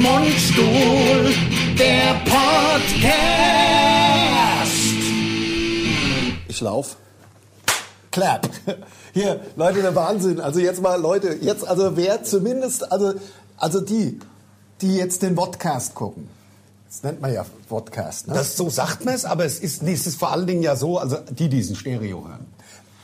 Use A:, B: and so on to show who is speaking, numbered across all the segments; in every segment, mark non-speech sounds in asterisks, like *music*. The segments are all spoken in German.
A: Mundstuhl, der Podcast.
B: Ich lauf. Clap. *laughs* Hier, Leute, der Wahnsinn. Also jetzt mal, Leute, jetzt, also wer zumindest, also, also die, die jetzt den Podcast gucken. Das nennt man ja Podcast, ne?
C: Das, so sagt man es, aber es ist, nee, es ist vor allen Dingen ja so, also die, die diesen Stereo hören.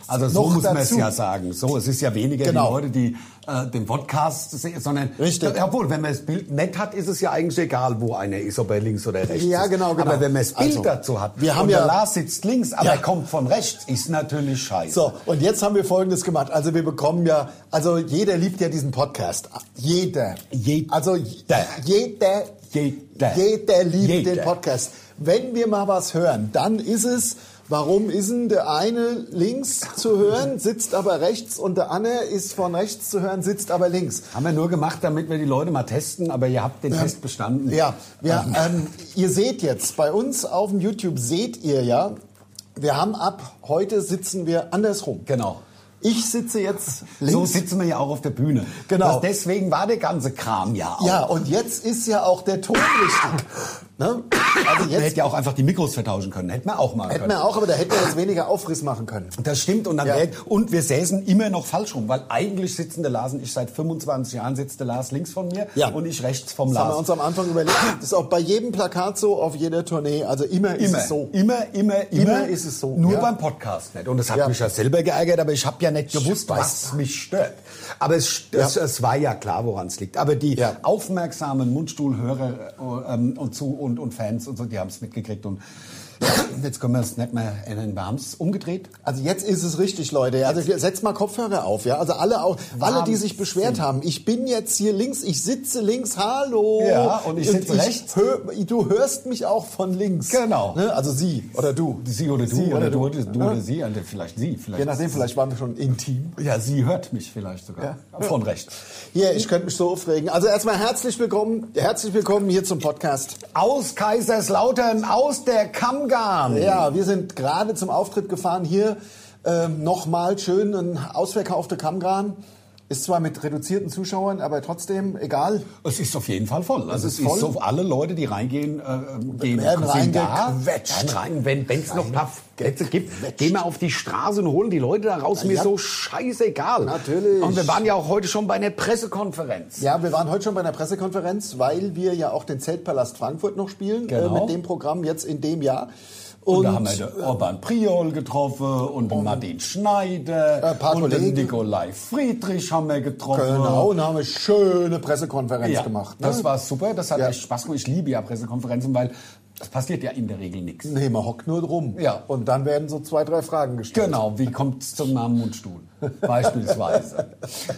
C: Also so
B: Noch
C: muss man es
B: dazu.
C: ja sagen. So, es ist ja weniger
B: Genau.
C: die Leute, die äh, den Podcast sehen, sondern
B: Richtig.
C: Ja, obwohl, wenn man das Bild nett hat, ist es ja eigentlich egal, wo einer ist, ob er links oder rechts
B: Ja,
C: ist.
B: genau, genau.
C: Aber wenn man das Bild
B: Also,
C: dazu hat,
B: wir haben
C: und
B: ja-
C: der Lars sitzt links, aber
B: Ja.
C: er kommt von rechts, ist natürlich scheiße.
B: So, und jetzt haben wir Folgendes gemacht. Also wir bekommen ja, also jeder liebt ja diesen Podcast. Jeder.
C: Jeder.
B: Also jeder. Jeder.
C: Jeder.
B: Jeder liebt
C: Jeder.
B: den Podcast. Wenn wir mal was hören, dann ist es, warum ist denn der eine links zu hören, sitzt aber rechts und der andere ist von rechts zu hören, sitzt aber links.
C: Haben wir nur gemacht, damit wir die Leute mal testen, aber ihr habt den Test bestanden. Also,
B: Ja, wir,
C: Ah.
B: ähm, ihr seht jetzt, bei uns auf dem YouTube seht ihr ja, wir haben ab heute sitzen wir andersrum.
C: Genau.
B: Ich sitze jetzt links.
C: So sitzen wir ja auch auf der Bühne.
B: Genau.
C: Das, deswegen war der ganze Kram ja auch.
B: Ja, und jetzt ist ja auch der Ton richtig. Ne? Also
C: Man
B: jetzt
C: hätte ja auch einfach die Mikros vertauschen können. Hätten wir auch mal
B: hätten
C: können.
B: wir auch, aber da hätten wir jetzt weniger Aufriss machen können.
C: Das stimmt und dann
B: Ja.
C: wär, und wir säßen immer noch falsch rum, weil eigentlich sitzen der Lars und ich seit 25 Jahren sitzt der Lars links von mir
B: Ja.
C: und ich rechts vom
B: Das haben wir
C: Lars.
B: uns am Anfang überlegt. Das ist auch bei jedem Plakat so, auf jeder Tournee. Also immer, ist
C: Immer,
B: es so.
C: immer, immer, immer,
B: Immer ist es so,
C: Nur
B: ja.
C: beim Podcast nicht. Und das hat
B: Ja.
C: mich ja selber geärgert, aber ich habe ja nicht gewusst,
B: weiß.
C: was mich stört. Aber es, st-
B: Ja.
C: es, es war ja klar, woran es liegt. Aber die
B: Ja.
C: aufmerksamen Mundstuhlhörer äh, ähm, und, zu, und, und Fans und so, die haben es mitgekriegt. Und *coughs* jetzt können wir es nicht mehr ändern. Wir haben es umgedreht.
B: Also jetzt ist es richtig, Leute. Also setzt mal Kopfhörer auf, ja. Also alle auch, alle, die sich beschwert haben. Ich bin jetzt hier links, ich sitze links, hallo.
C: Ja, und ich sitze rechts.
B: Hör, du hörst mich auch von links.
C: Genau.
B: Ne? Also sie oder du.
C: Sie oder du,
B: Sie
C: oder,
B: oder
C: du,
B: du.
C: oder, du oder sie, oder vielleicht sie. Vielleicht.
B: Je nachdem, vielleicht waren wir schon intim.
C: Ja, sie hört mich vielleicht sogar. Von rechts.
B: Hier, ich könnte mich so aufregen. Also erstmal herzlich willkommen, herzlich willkommen hier zum Podcast.
C: Aus Kaiserslautern, aus der Kammgarn.
B: Ja, wir sind gerade zum Auftritt gefahren. Hier ähm, nochmal schön ein ausverkaufte Kammgarn. Ist zwar mit reduzierten Zuschauern, aber trotzdem egal.
C: Es ist auf jeden Fall voll. Also
B: ist
C: es
B: voll.
C: ist so, alle Leute, die reingehen, äh, gehen
B: Werden
C: sind da.
B: reingequetscht.
C: Werden rein, wenn es noch ein paar Plätze gibt, gehen wir auf die Straße und holen die Leute da raus. Mir
B: ja.
C: ist so scheißegal.
B: Natürlich.
C: Und wir waren ja auch heute schon bei einer Pressekonferenz.
B: Ja, wir waren heute schon bei einer Pressekonferenz, weil wir ja auch den Zeltpalast Frankfurt noch spielen
C: Genau.
B: äh, mit dem Programm jetzt in dem Jahr.
C: Und, da haben wir den Orban Priol getroffen und den Martin Schneider
B: Ein paar
C: und den
B: Kollegen.
C: Nikolai Friedrich haben wir getroffen.
B: Genau, und haben wir schöne Pressekonferenz
C: Ja,
B: gemacht. ne?
C: Das war super, das hat
B: Ja.
C: echt Spaß gemacht. Ich liebe ja Pressekonferenzen, weil es passiert ja in der Regel nichts.
B: Nee, man hockt nur drum.
C: Ja.
B: Und dann werden so zwei, drei Fragen gestellt.
C: Genau, wie kommt es zum Namen Mundstuhl? Beispielsweise.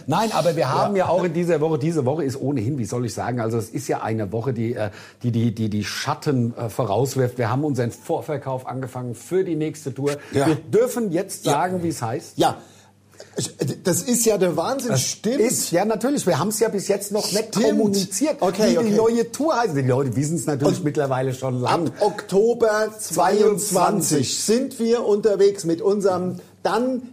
C: Nein, aber wir haben ja. auch in dieser Woche, diese Woche ist ohnehin, wie soll ich sagen, also es ist ja eine Woche, die äh, die, die, die, die Schatten äh, vorauswirft. Wir haben unseren Vorverkauf angefangen für die nächste Tour.
B: Ja.
C: Wir dürfen jetzt
B: Ja.
C: sagen, wie es heißt.
B: Ja, Ich- das ist ja der Wahnsinn. Stimmt.
C: Ist, ja, natürlich. Wir haben es ja bis jetzt noch nicht
B: Stimmt.
C: kommuniziert,
B: Okay,
C: wie
B: okay.
C: die neue Tour heißt. Die Leute wissen es natürlich mittlerweile schon
B: Ab
C: lange.
B: Oktober 22 sind wir unterwegs mit unserem dann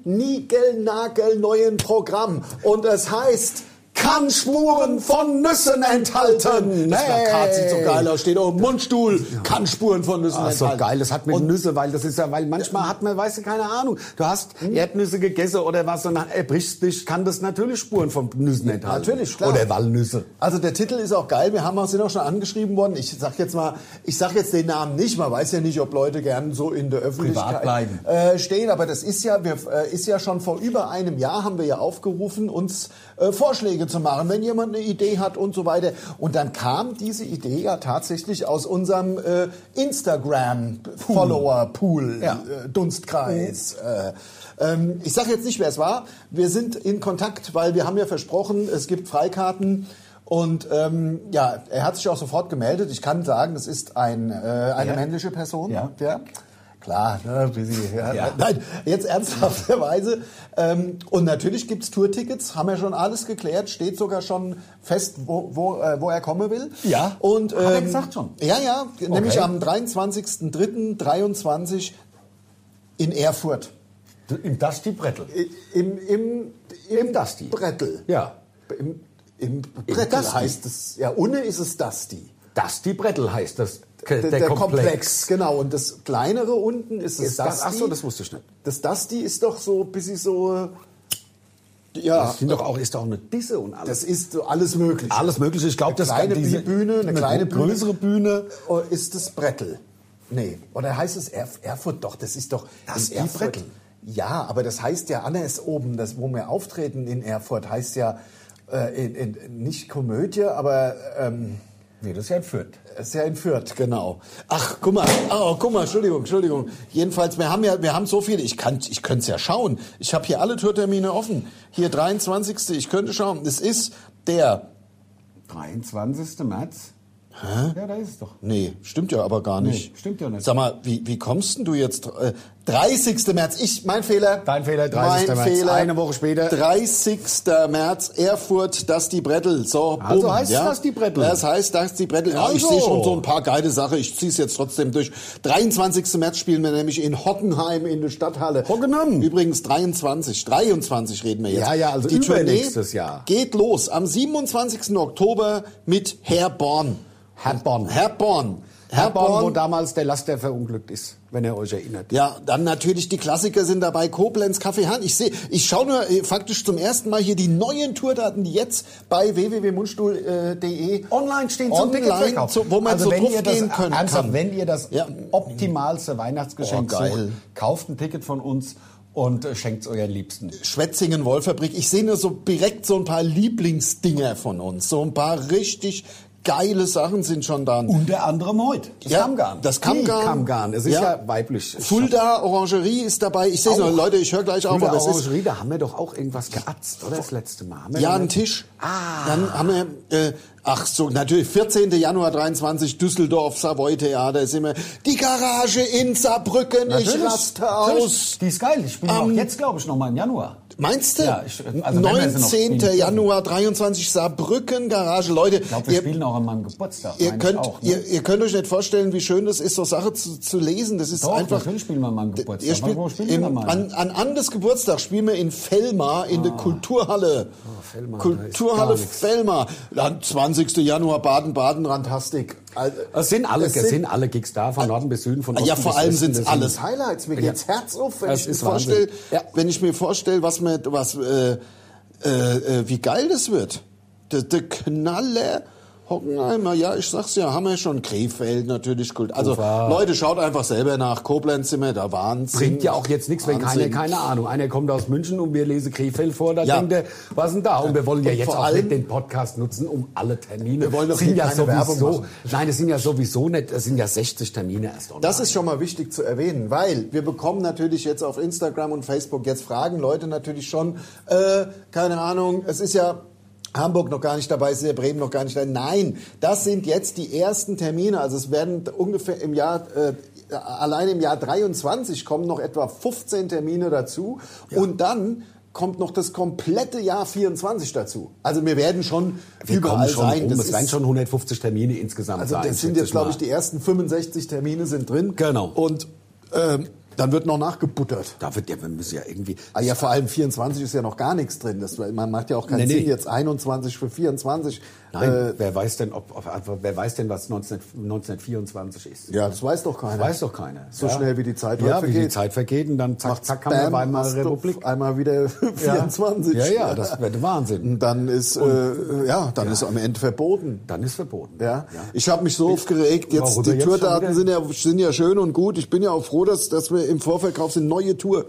B: niegelnagelneuen Programm. Und es heißt, kann Spuren von Nüssen enthalten. Das Plakat sieht so geil aus, steht auf dem Mundstuhl, kann Spuren von Nüssen
C: Ah, ist
B: enthalten.
C: doch geil, das hat mit Nüsse, weil das ist ja, Hm? weil manchmal hat man, weißt du, keine Ahnung. Du hast Erdnüsse gegessen oder was und dann erbrichst dich, kann das natürlich Spuren von Nüssen enthalten.
B: Natürlich, klar.
C: Oder Walnüsse.
B: Also der Titel ist auch geil. Wir haben auch, sind auch schon angeschrieben worden. Ich sag jetzt mal, ich sag jetzt den Namen nicht. Man weiß ja nicht, ob Leute gern so in der Öffentlichkeit
C: Privat bleiben.
B: äh, stehen. Aber das ist ja, wir, äh, ist ja schon vor über einem Jahr haben wir ja aufgerufen, uns äh, Vorschläge zu machen, wenn jemand eine Idee hat und so weiter. Und dann kam diese Idee ja tatsächlich aus unserem äh, Instagram-Follower-Pool,
C: Ja.
B: äh, Dunstkreis. Äh, ähm, ich sage jetzt nicht, wer es war. Wir sind in Kontakt, weil wir haben ja versprochen, es gibt Freikarten. Und ähm, ja, er hat sich auch sofort gemeldet. Ich kann sagen, es ist ein, äh, eine
C: Ja.
B: männliche Person.
C: Ja.
B: ja. Klar, ne, wie sie, ja.
C: Ja.
B: Nein, jetzt ernsthafterweise. Ähm, und natürlich gibt's Tourtickets, haben wir schon alles geklärt, steht sogar schon fest, wo, wo, äh, wo er kommen will.
C: Ja.
B: Und, ähm,
C: Hat er gesagt schon?
B: Ja, ja, nämlich am 23.03.23 in Erfurt.
C: Im Dusty Brettel.
B: I- Im, im,
C: Im Dusty.
B: Brettel.
C: Ja.
B: Im, Im Brettel
C: Dusty.
B: heißt es, ja, Unne ist es Dusty.
C: Das die Brettel heißt, das, der,
B: Der, der Komplex. genau. Und das kleinere unten ist es
C: Ist das-
B: Dusty.
C: ach so, das wusste ich nicht.
B: Das Dusty ist doch so ein bisschen so, äh, ja,
C: Das sind doch auch, ist doch auch eine Disse und alles.
B: das ist so alles möglich.
C: alles Mögliche. Ich glaube,
B: Eine
C: das kann
B: kleine
C: diese-
B: Bühne, eine kleine Bühne.
C: größere Bühne.
B: Oder ist es Brettel? Nee. Oder heißt es Erf Erfurt? Doch, das ist doch
C: Das
B: in
C: ist die Brettel.
B: Ja, aber das heißt ja, Anna ist oben, das, wo wir auftreten in Erfurt, heißt ja äh, in, in, nicht Komödie, aber ähm,
C: Nee, das ist ja entführt.
B: ist ja in Fürth, genau. Ach, guck mal, oh, guck mal, Entschuldigung, Entschuldigung. Jedenfalls, wir haben ja, wir haben so viele, ich kann, ich könnte es ja schauen. Ich habe hier alle Tourtermine offen. Hier 23. Ich könnte schauen. Es ist der,
C: 23. März. Ja, da ist es doch.
B: Nee, stimmt ja aber gar nicht.
C: Nee, stimmt ja nicht.
B: Sag mal, wie, wie kommst denn du jetzt? dr- Äh, 30. März, ich, mein Fehler.
C: Dein Fehler, 30.
B: Mein
C: März.
B: Fehler.
C: Eine Woche später.
B: 30. März, Erfurt, das die Brettel. So,
C: Also
B: bumm,
C: heißt es
B: ja?
C: das die Brettel.
B: Das heißt das die Brettel. Ja, ich
C: Also.
B: sehe schon so ein paar geile Sachen. Ich ziehe es jetzt trotzdem durch. 23. März spielen wir nämlich in Hockenheim in der Stadthalle.
C: Hockenheim.
B: Übrigens 23, 23 reden wir jetzt.
C: Ja, ja, also
B: die Tournee
C: übernächstes Jahr.
B: geht los am 27. Oktober mit Herborn.
C: Herborn.
B: Herborn.
C: Herborn, wo
B: Herborn.
C: damals der Laster verunglückt ist, wenn ihr euch erinnert.
B: Ja, dann natürlich die Klassiker sind dabei. Koblenz, Kaffee Hahn. Ich sehe, ich schaue nur äh, faktisch zum ersten Mal hier die neuen Tourdaten, die jetzt bei äh, www.mundstuhl.de
C: Online stehen zum
B: online,
C: Ticketverkauf.
B: zu, wo man
C: also
B: so
C: wenn ihr
B: drauf
C: das,
B: gehen können
C: ernsthaft,
B: kann.
C: wenn ihr das
B: Ja.
C: optimalste Weihnachtsgeschenk
B: Oh, geil.
C: sucht, kauft ein Ticket von uns und äh, schenkt es euren Liebsten.
B: Schwetzingen, Wollfabrik. Ich sehe nur so direkt so ein paar Lieblingsdinger von uns. So ein paar richtig geile Sachen sind schon da.
C: Unter anderem heute. Das
B: Ja,
C: Kammgarn.
B: das Kammgarn.
C: Die Kammgarn. Es ist
B: Ja.
C: ja, weiblich.
B: Fulda Orangerie ist dabei. Ich sehe es
C: Auch.
B: noch, Leute, ich höre gleich auf,
C: Über
B: aber es ist
C: Orangerie, da haben wir doch auch irgendwas geatzt, oder? Das letzte Mal. Haben wir
B: ja
C: doch
B: einen
C: nicht-
B: Tisch.
C: Ah.
B: Dann haben wir äh, ach so natürlich 14. Januar 23 Düsseldorf Savoy Theater sind wir. Die Garage in Saarbrücken. Ich
C: Natürlich.
B: raste
C: Natürlich.
B: aus.
C: Die ist geil. Ich spiele
B: Am-
C: auch jetzt, glaube ich, nochmal im Januar.
B: Meinst du?
C: Ja, ich- also wenn wir sie noch
B: 19.
C: spielen.
B: Januar 23 Saarbrücken Garage. Leute,
C: Ich glaube, wir
B: ihr,
C: spielen auch an meinem Geburtstag.
B: ihr
C: meine ich
B: könnt,
C: auch, ne?
B: ihr, ihr könnt euch nicht vorstellen, wie schön das ist, so Sache zu, zu lesen. Das ist
C: Doch,
B: einfach.
C: natürlich spielen wir an meinem Geburtstag.
B: Ihr
C: Wo
B: spielt
C: spielen wir
B: im,
C: denn mal?
B: an, an Andes Geburtstag spielen wir in Fellmar in der Kulturhalle.
C: Fellmar,
B: Kulturhalle
C: Oh, da ist gar nix.
B: Fellmar. Dann 20. Januar Baden-Baden, Rantastik. Also,
C: es sind alle,
B: es
C: es
B: sind- Ah,
C: sind, alle Gigs da, von Norden bis Süden, von Osten
B: ja, vor allem
C: bis Westen.
B: sind es
C: Das
B: alles Highlights. Mir
C: Ja.
B: geht's Herz auf, wenn
C: Das
B: ich, mir
C: ist Wahnsinn.
B: vorstell,
C: Ja.
B: wenn ich mir vorstelle, was mir, was, äh, äh, äh, wie geil das wird. Der de Knaller Hockenheimer, ja, ich sag's ja, haben wir schon. Krefeld natürlich, gut. Also,
C: Ufa.
B: Leute, schaut einfach selber nach. Koblenz sind wir, da Wahnsinn.
C: Bringt ja auch jetzt nichts, wenn keiner,
B: Wahnsinn.
C: keine Ahnung, einer kommt aus München und wir lesen Krefeld vor, dann
B: Ja.
C: denkt er, was denn da? Und wir wollen ja
B: Und
C: jetzt
B: vor
C: auch
B: allem-
C: nicht den Podcast nutzen, um alle Termine.
B: Wir wollen doch hier
C: sind ja
B: keine Werbung
C: sowieso,
B: machen.
C: Nein, es sind ja sowieso nicht, es sind ja 60 Termine erst online.
B: Das ist schon mal wichtig zu erwähnen, weil wir bekommen natürlich jetzt auf Instagram und Facebook jetzt fragen Leute natürlich schon, äh, keine Ahnung, es ist ja Hamburg noch gar nicht dabei, es ist ja Bremen noch gar nicht dabei. Nein, das sind jetzt die ersten Termine. Also es werden ungefähr im Jahr äh, allein im Jahr 23 kommen noch etwa 15 Termine dazu und dann kommt noch das komplette Jahr 24 dazu. Also wir werden schon
C: wir kommen
B: überall
C: schon
B: sein.
C: rum.
B: Das
C: es werden
B: ist-
C: schon 150 Termine insgesamt
B: also
C: sein.
B: das sind
C: schätze
B: jetzt, glaube
C: mal.
B: ich, die ersten 65 Termine sind drin.
C: Genau.
B: Und ähm, dann wird noch nachgebuttert.
C: Da wird ja, wir müssen ja irgendwie.
B: Ah ja, vor allem 24 ist ja noch gar nichts drin. Das, man macht ja auch keinen
C: Nee,
B: Sinn
C: nee.
B: jetzt 21 für 24.
C: Nein,
B: Äh,
C: wer weiß denn, ob, ob, wer weiß denn, was 19, 1924 ist?
B: ja, das weiß doch keiner.
C: Weiß doch keiner.
B: So schnell wie die Zeit
C: ja,
B: heute
C: wie die
B: vergeht.
C: Zeit vergeht und dann zack, zack, haben wir
B: Bam,
C: Weimarer
B: hast du
C: Republik.
B: Einmal wieder 24.
C: Ja, ja, das wird Wahnsinn.
B: Und dann ist äh, ja, dann ist am Ende verboten.
C: Dann ist verboten.
B: Ja. Ich habe mich so aufgeregt. Jetzt
C: Worüber
B: die
C: jetzt
B: Tourdaten
C: schon
B: sind ja, sind ja schön und gut. Ich bin ja auch froh, dass, dass wir im Vorverkauf sind. Neue Tour.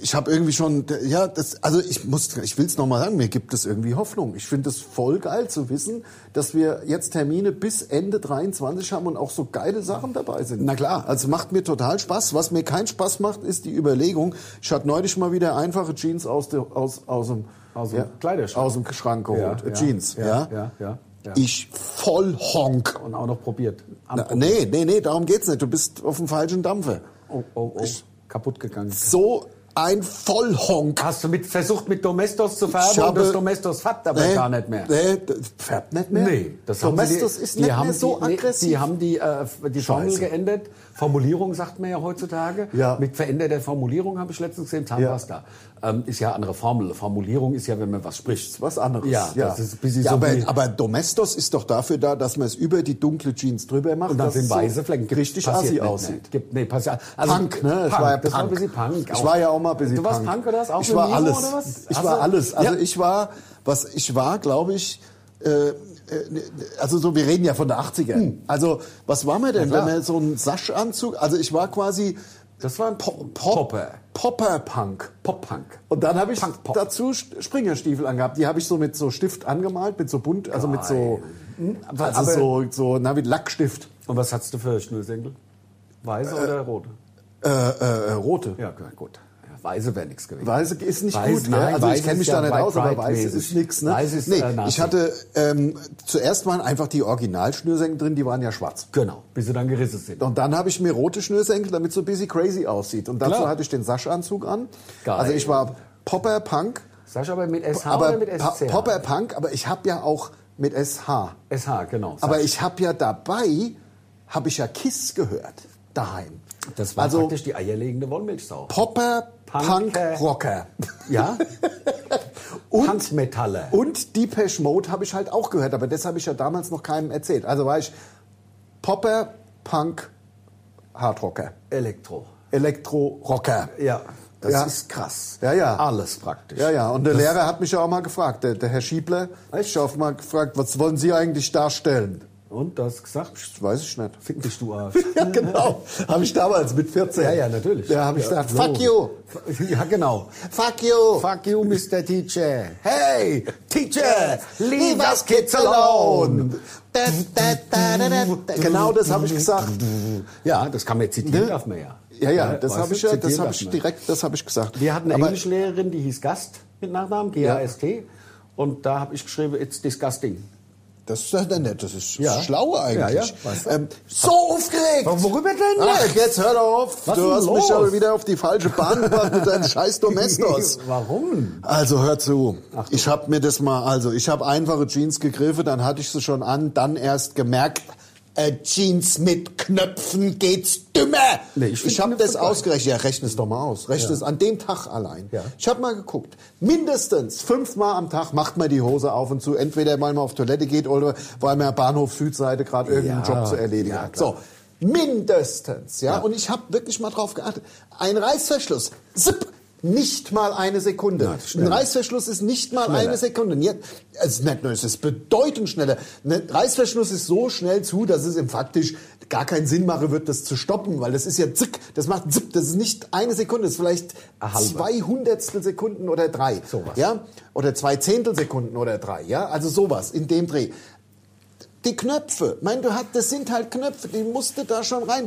B: Ich habe irgendwie schon, ja, das, also ich muss, ich will's noch nochmal sagen, mir gibt es irgendwie Hoffnung. Ich finde es voll geil zu wissen, dass wir jetzt Termine bis Ende 23 haben und auch so geile Sachen dabei sind.
C: Na klar.
B: Also macht mir total Spaß. Was mir keinen Spaß macht, ist die Überlegung. Ich hatte neulich mal wieder einfache Jeans aus, der, aus, aus dem,
C: Aus dem Kleiderschrank.
B: Aus dem Schrank geholt.
C: Ja, ja,
B: Jeans, ja.
C: ja, ja, ja, ja.
B: Ich voll honk.
C: Und auch noch probiert.
B: Na,
C: Anprobiert.
B: nee, nee, nee, darum geht's nicht. Du bist auf dem falschen Dampfer.
C: Oh, oh, oh. Kaputt gegangen.
B: So ein Vollhonk.
C: Hast du mit, versucht, mit Domestos zu färben
B: Ich habe-
C: und das Domestos färbt aber
B: Nee,
C: gar nicht mehr?
B: Nee, das färbt nicht mehr?
C: Nee, das haben
B: Domestos
C: sie, die,
B: ist
C: die
B: nicht
C: haben
B: mehr so
C: die, nee,
B: aggressiv.
C: Die haben die, äh, die Formel
B: Scheiße.
C: geändert. Formulierung sagt man ja heutzutage.
B: Ja.
C: Mit veränderter Formulierung habe ich letztens gesehen,
B: Ja.
C: Zahnpasta. ähm, ist ja andere Formel. Formulierung ist ja, wenn man was spricht.
B: Was anderes.
C: Ja, das ist ein bisschen
B: ja
C: so
B: aber,
C: wie-
B: aber Domestos ist doch dafür da, dass man es über die dunkle Jeans drüber macht.
C: Und dann
B: dass
C: sind
B: es so
C: weiße Flecken. Gibt-
B: Richtig
C: passiert
B: assi
C: nicht,
B: aussieht.
C: ne? Gibt, nee, passiert. Also,
B: Punk, ne? Ich
C: Punk,
B: war ja
C: das war ein
B: Punk.
C: bisschen Punk.
B: Ich war ja auch mal ein bisschen
C: Du warst
B: Punk.
C: Punk oder hast auch
B: Ich
C: mit
B: war
C: Nemo
B: alles.
C: oder was?
B: Ich
C: Hast
B: war
C: du-
B: alles. Also
C: Ja.
B: ich war, was ich war, glaube ich, äh, äh, also so, wir reden ja von der 80er. Also was war man denn,
C: klar.
B: wenn man so einen Saschanzug, also ich war quasi
C: Das war ein
B: Po-
C: Popper.
B: Popper-Punk.
C: Pop-Punk.
B: Und dann habe ich
C: Punk Pop.
B: dazu St- Springerstiefel angehabt. Die habe ich so mit so Stift angemalt, mit so bunt, also mit so, also
C: aber-
B: so, so, na, mit Lackstift.
C: Und was hattest du für Schnürsenkel? Weiße oder rote?
B: Äh, äh, äh, rote.
C: Ja, gut. Ja, Weiße wäre nichts gewesen.
B: Weiße ist nicht
C: Weiß,
B: gut,
C: nein,
B: ne? Also
C: weiß
B: ich kenne mich
C: ist
B: da
C: ja
B: nicht aus,
C: White
B: aber weiß
C: Pride-mäßig.
B: ist nix, ne?
C: Weiß ist,
B: nee,
C: äh, Nazi.
B: ich hatte ähm, zuerst waren einfach die Originalschnürsenkel drin, die waren ja schwarz.
C: Genau, bis sie dann gerissen sind.
B: Und dann habe ich mir rote Schnürsenkel, damit so ein bisschen crazy aussieht. Und dazu
C: Klar.
B: hatte ich den Saschanzug an.
C: Geil.
B: Also ich war Popper Punk,
C: Sascha, aber mit SH
B: aber
C: oder mit
B: Pa-
C: SC?
B: Popper Punk, aber ich habe ja auch mit SH.
C: SH, genau.
B: Aber ich habe ja dabei habe ich ja Kiss gehört daheim.
C: das war
B: also
C: praktisch die eierlegende Wollmilchsau.
B: Popper Punk
C: Punker.
B: Rocker. *laughs*
C: Ja?
B: Und
C: Punkmetalle.
B: Und Depeche Mode habe ich halt auch gehört, aber das habe ich ja damals noch keinem erzählt. Also war ich Popper, Punk, Hardrocker,
C: Elektro.
B: Elektro-Rocker.
C: Ja, das
B: Ja.
C: ist krass.
B: Ja, ja.
C: Alles praktisch.
B: Ja, ja, und der Lehrer hat mich ja auch mal gefragt, der, der Herr Schiebler, ich habe mal gefragt, was wollen Sie eigentlich darstellen?
C: Und das gesagt,
B: Das weiß ich nicht. *laughs*
C: fick dich du Arsch.
B: Ja, genau. Habe ich damals mit 14.
C: Ja, ja, natürlich.
B: Da habe ich
C: Ja,
B: gesagt,
C: so.
B: fuck you,
C: *laughs* Ja, genau.
B: fuck you.
C: Fuck you, Mr. Teacher.
B: Hey, Teacher, leave us kids alone. Da, da, da, da, da. Genau das habe ich gesagt.
C: Ja, das kann man jetzt zitieren,
B: Ne?
C: darf man ja.
B: Ja, ja, das
C: weißt
B: habe
C: du,
B: ich, ja, das
C: zitieren
B: hab
C: darf
B: ich
C: man.
B: direkt, das habe ich gesagt.
C: Wir hatten eine
B: aber
C: Englischlehrerin, die hieß Gast mit Nachnamen, G-A-S-T. Und da habe ich geschrieben, it's disgusting.
B: das ist ja nett, das ist
C: Ja.
B: schlau eigentlich.
C: Ja, ja, weißt du.
B: Ähm, so aufgeregt!
C: Aber worüber denn
B: Ach,
C: jetzt?
B: jetzt hör doch auf,
C: Was
B: du
C: ist
B: hast
C: los?
B: mich aber wieder auf die falsche Bahn gebracht
C: *laughs*
B: mit deinen scheiß Domestos.
C: Warum?
B: Also hör zu,
C: Ach du.
B: ich habe mir das mal, also ich habe einfache Jeans gegriffen, dann hatte ich sie schon an, dann erst gemerkt, äh, Jeans mit Knöpfen geht's dümmer.
C: Nee, ich
B: ich
C: find
B: habe
C: Knöpfe
B: das
C: geil.
B: ausgerechnet. Ja, rechne es doch mal aus. Rechne es an dem Tag allein.
C: Ja.
B: Ich habe mal geguckt. Mindestens fünfmal am Tag macht man die Hose auf und zu. Entweder weil man auf Toilette geht oder weil man Bahnhof Südseite gerade irgendeinen
C: Ja.
B: Job zu erledigen
C: Ja,
B: hat.
C: klar.
B: So. Mindestens, ja. Und ich habe wirklich mal drauf geachtet. Ein Reißverschluss. Zip. Nicht mal eine Sekunde. Ein Reißverschluss ist nicht mal eine Sekunde. Und Jetzt, es ist nicht nur, es ist bedeutend schneller. Ein Reißverschluss ist so schnell zu, dass es im faktisch gar keinen Sinn mache, wird das zu stoppen, weil das ist ja zick, das macht zipp, das ist nicht eine Sekunde, das ist vielleicht
C: Eine halbe.
B: zwei Hundertstel Sekunden oder drei.
C: Sowas.
B: Ja? Oder zwei Zehntelsekunden oder drei, ja? Also sowas in dem Dreh. Die Knöpfe, mein, du hast, das sind halt Knöpfe, die musst du da schon rein.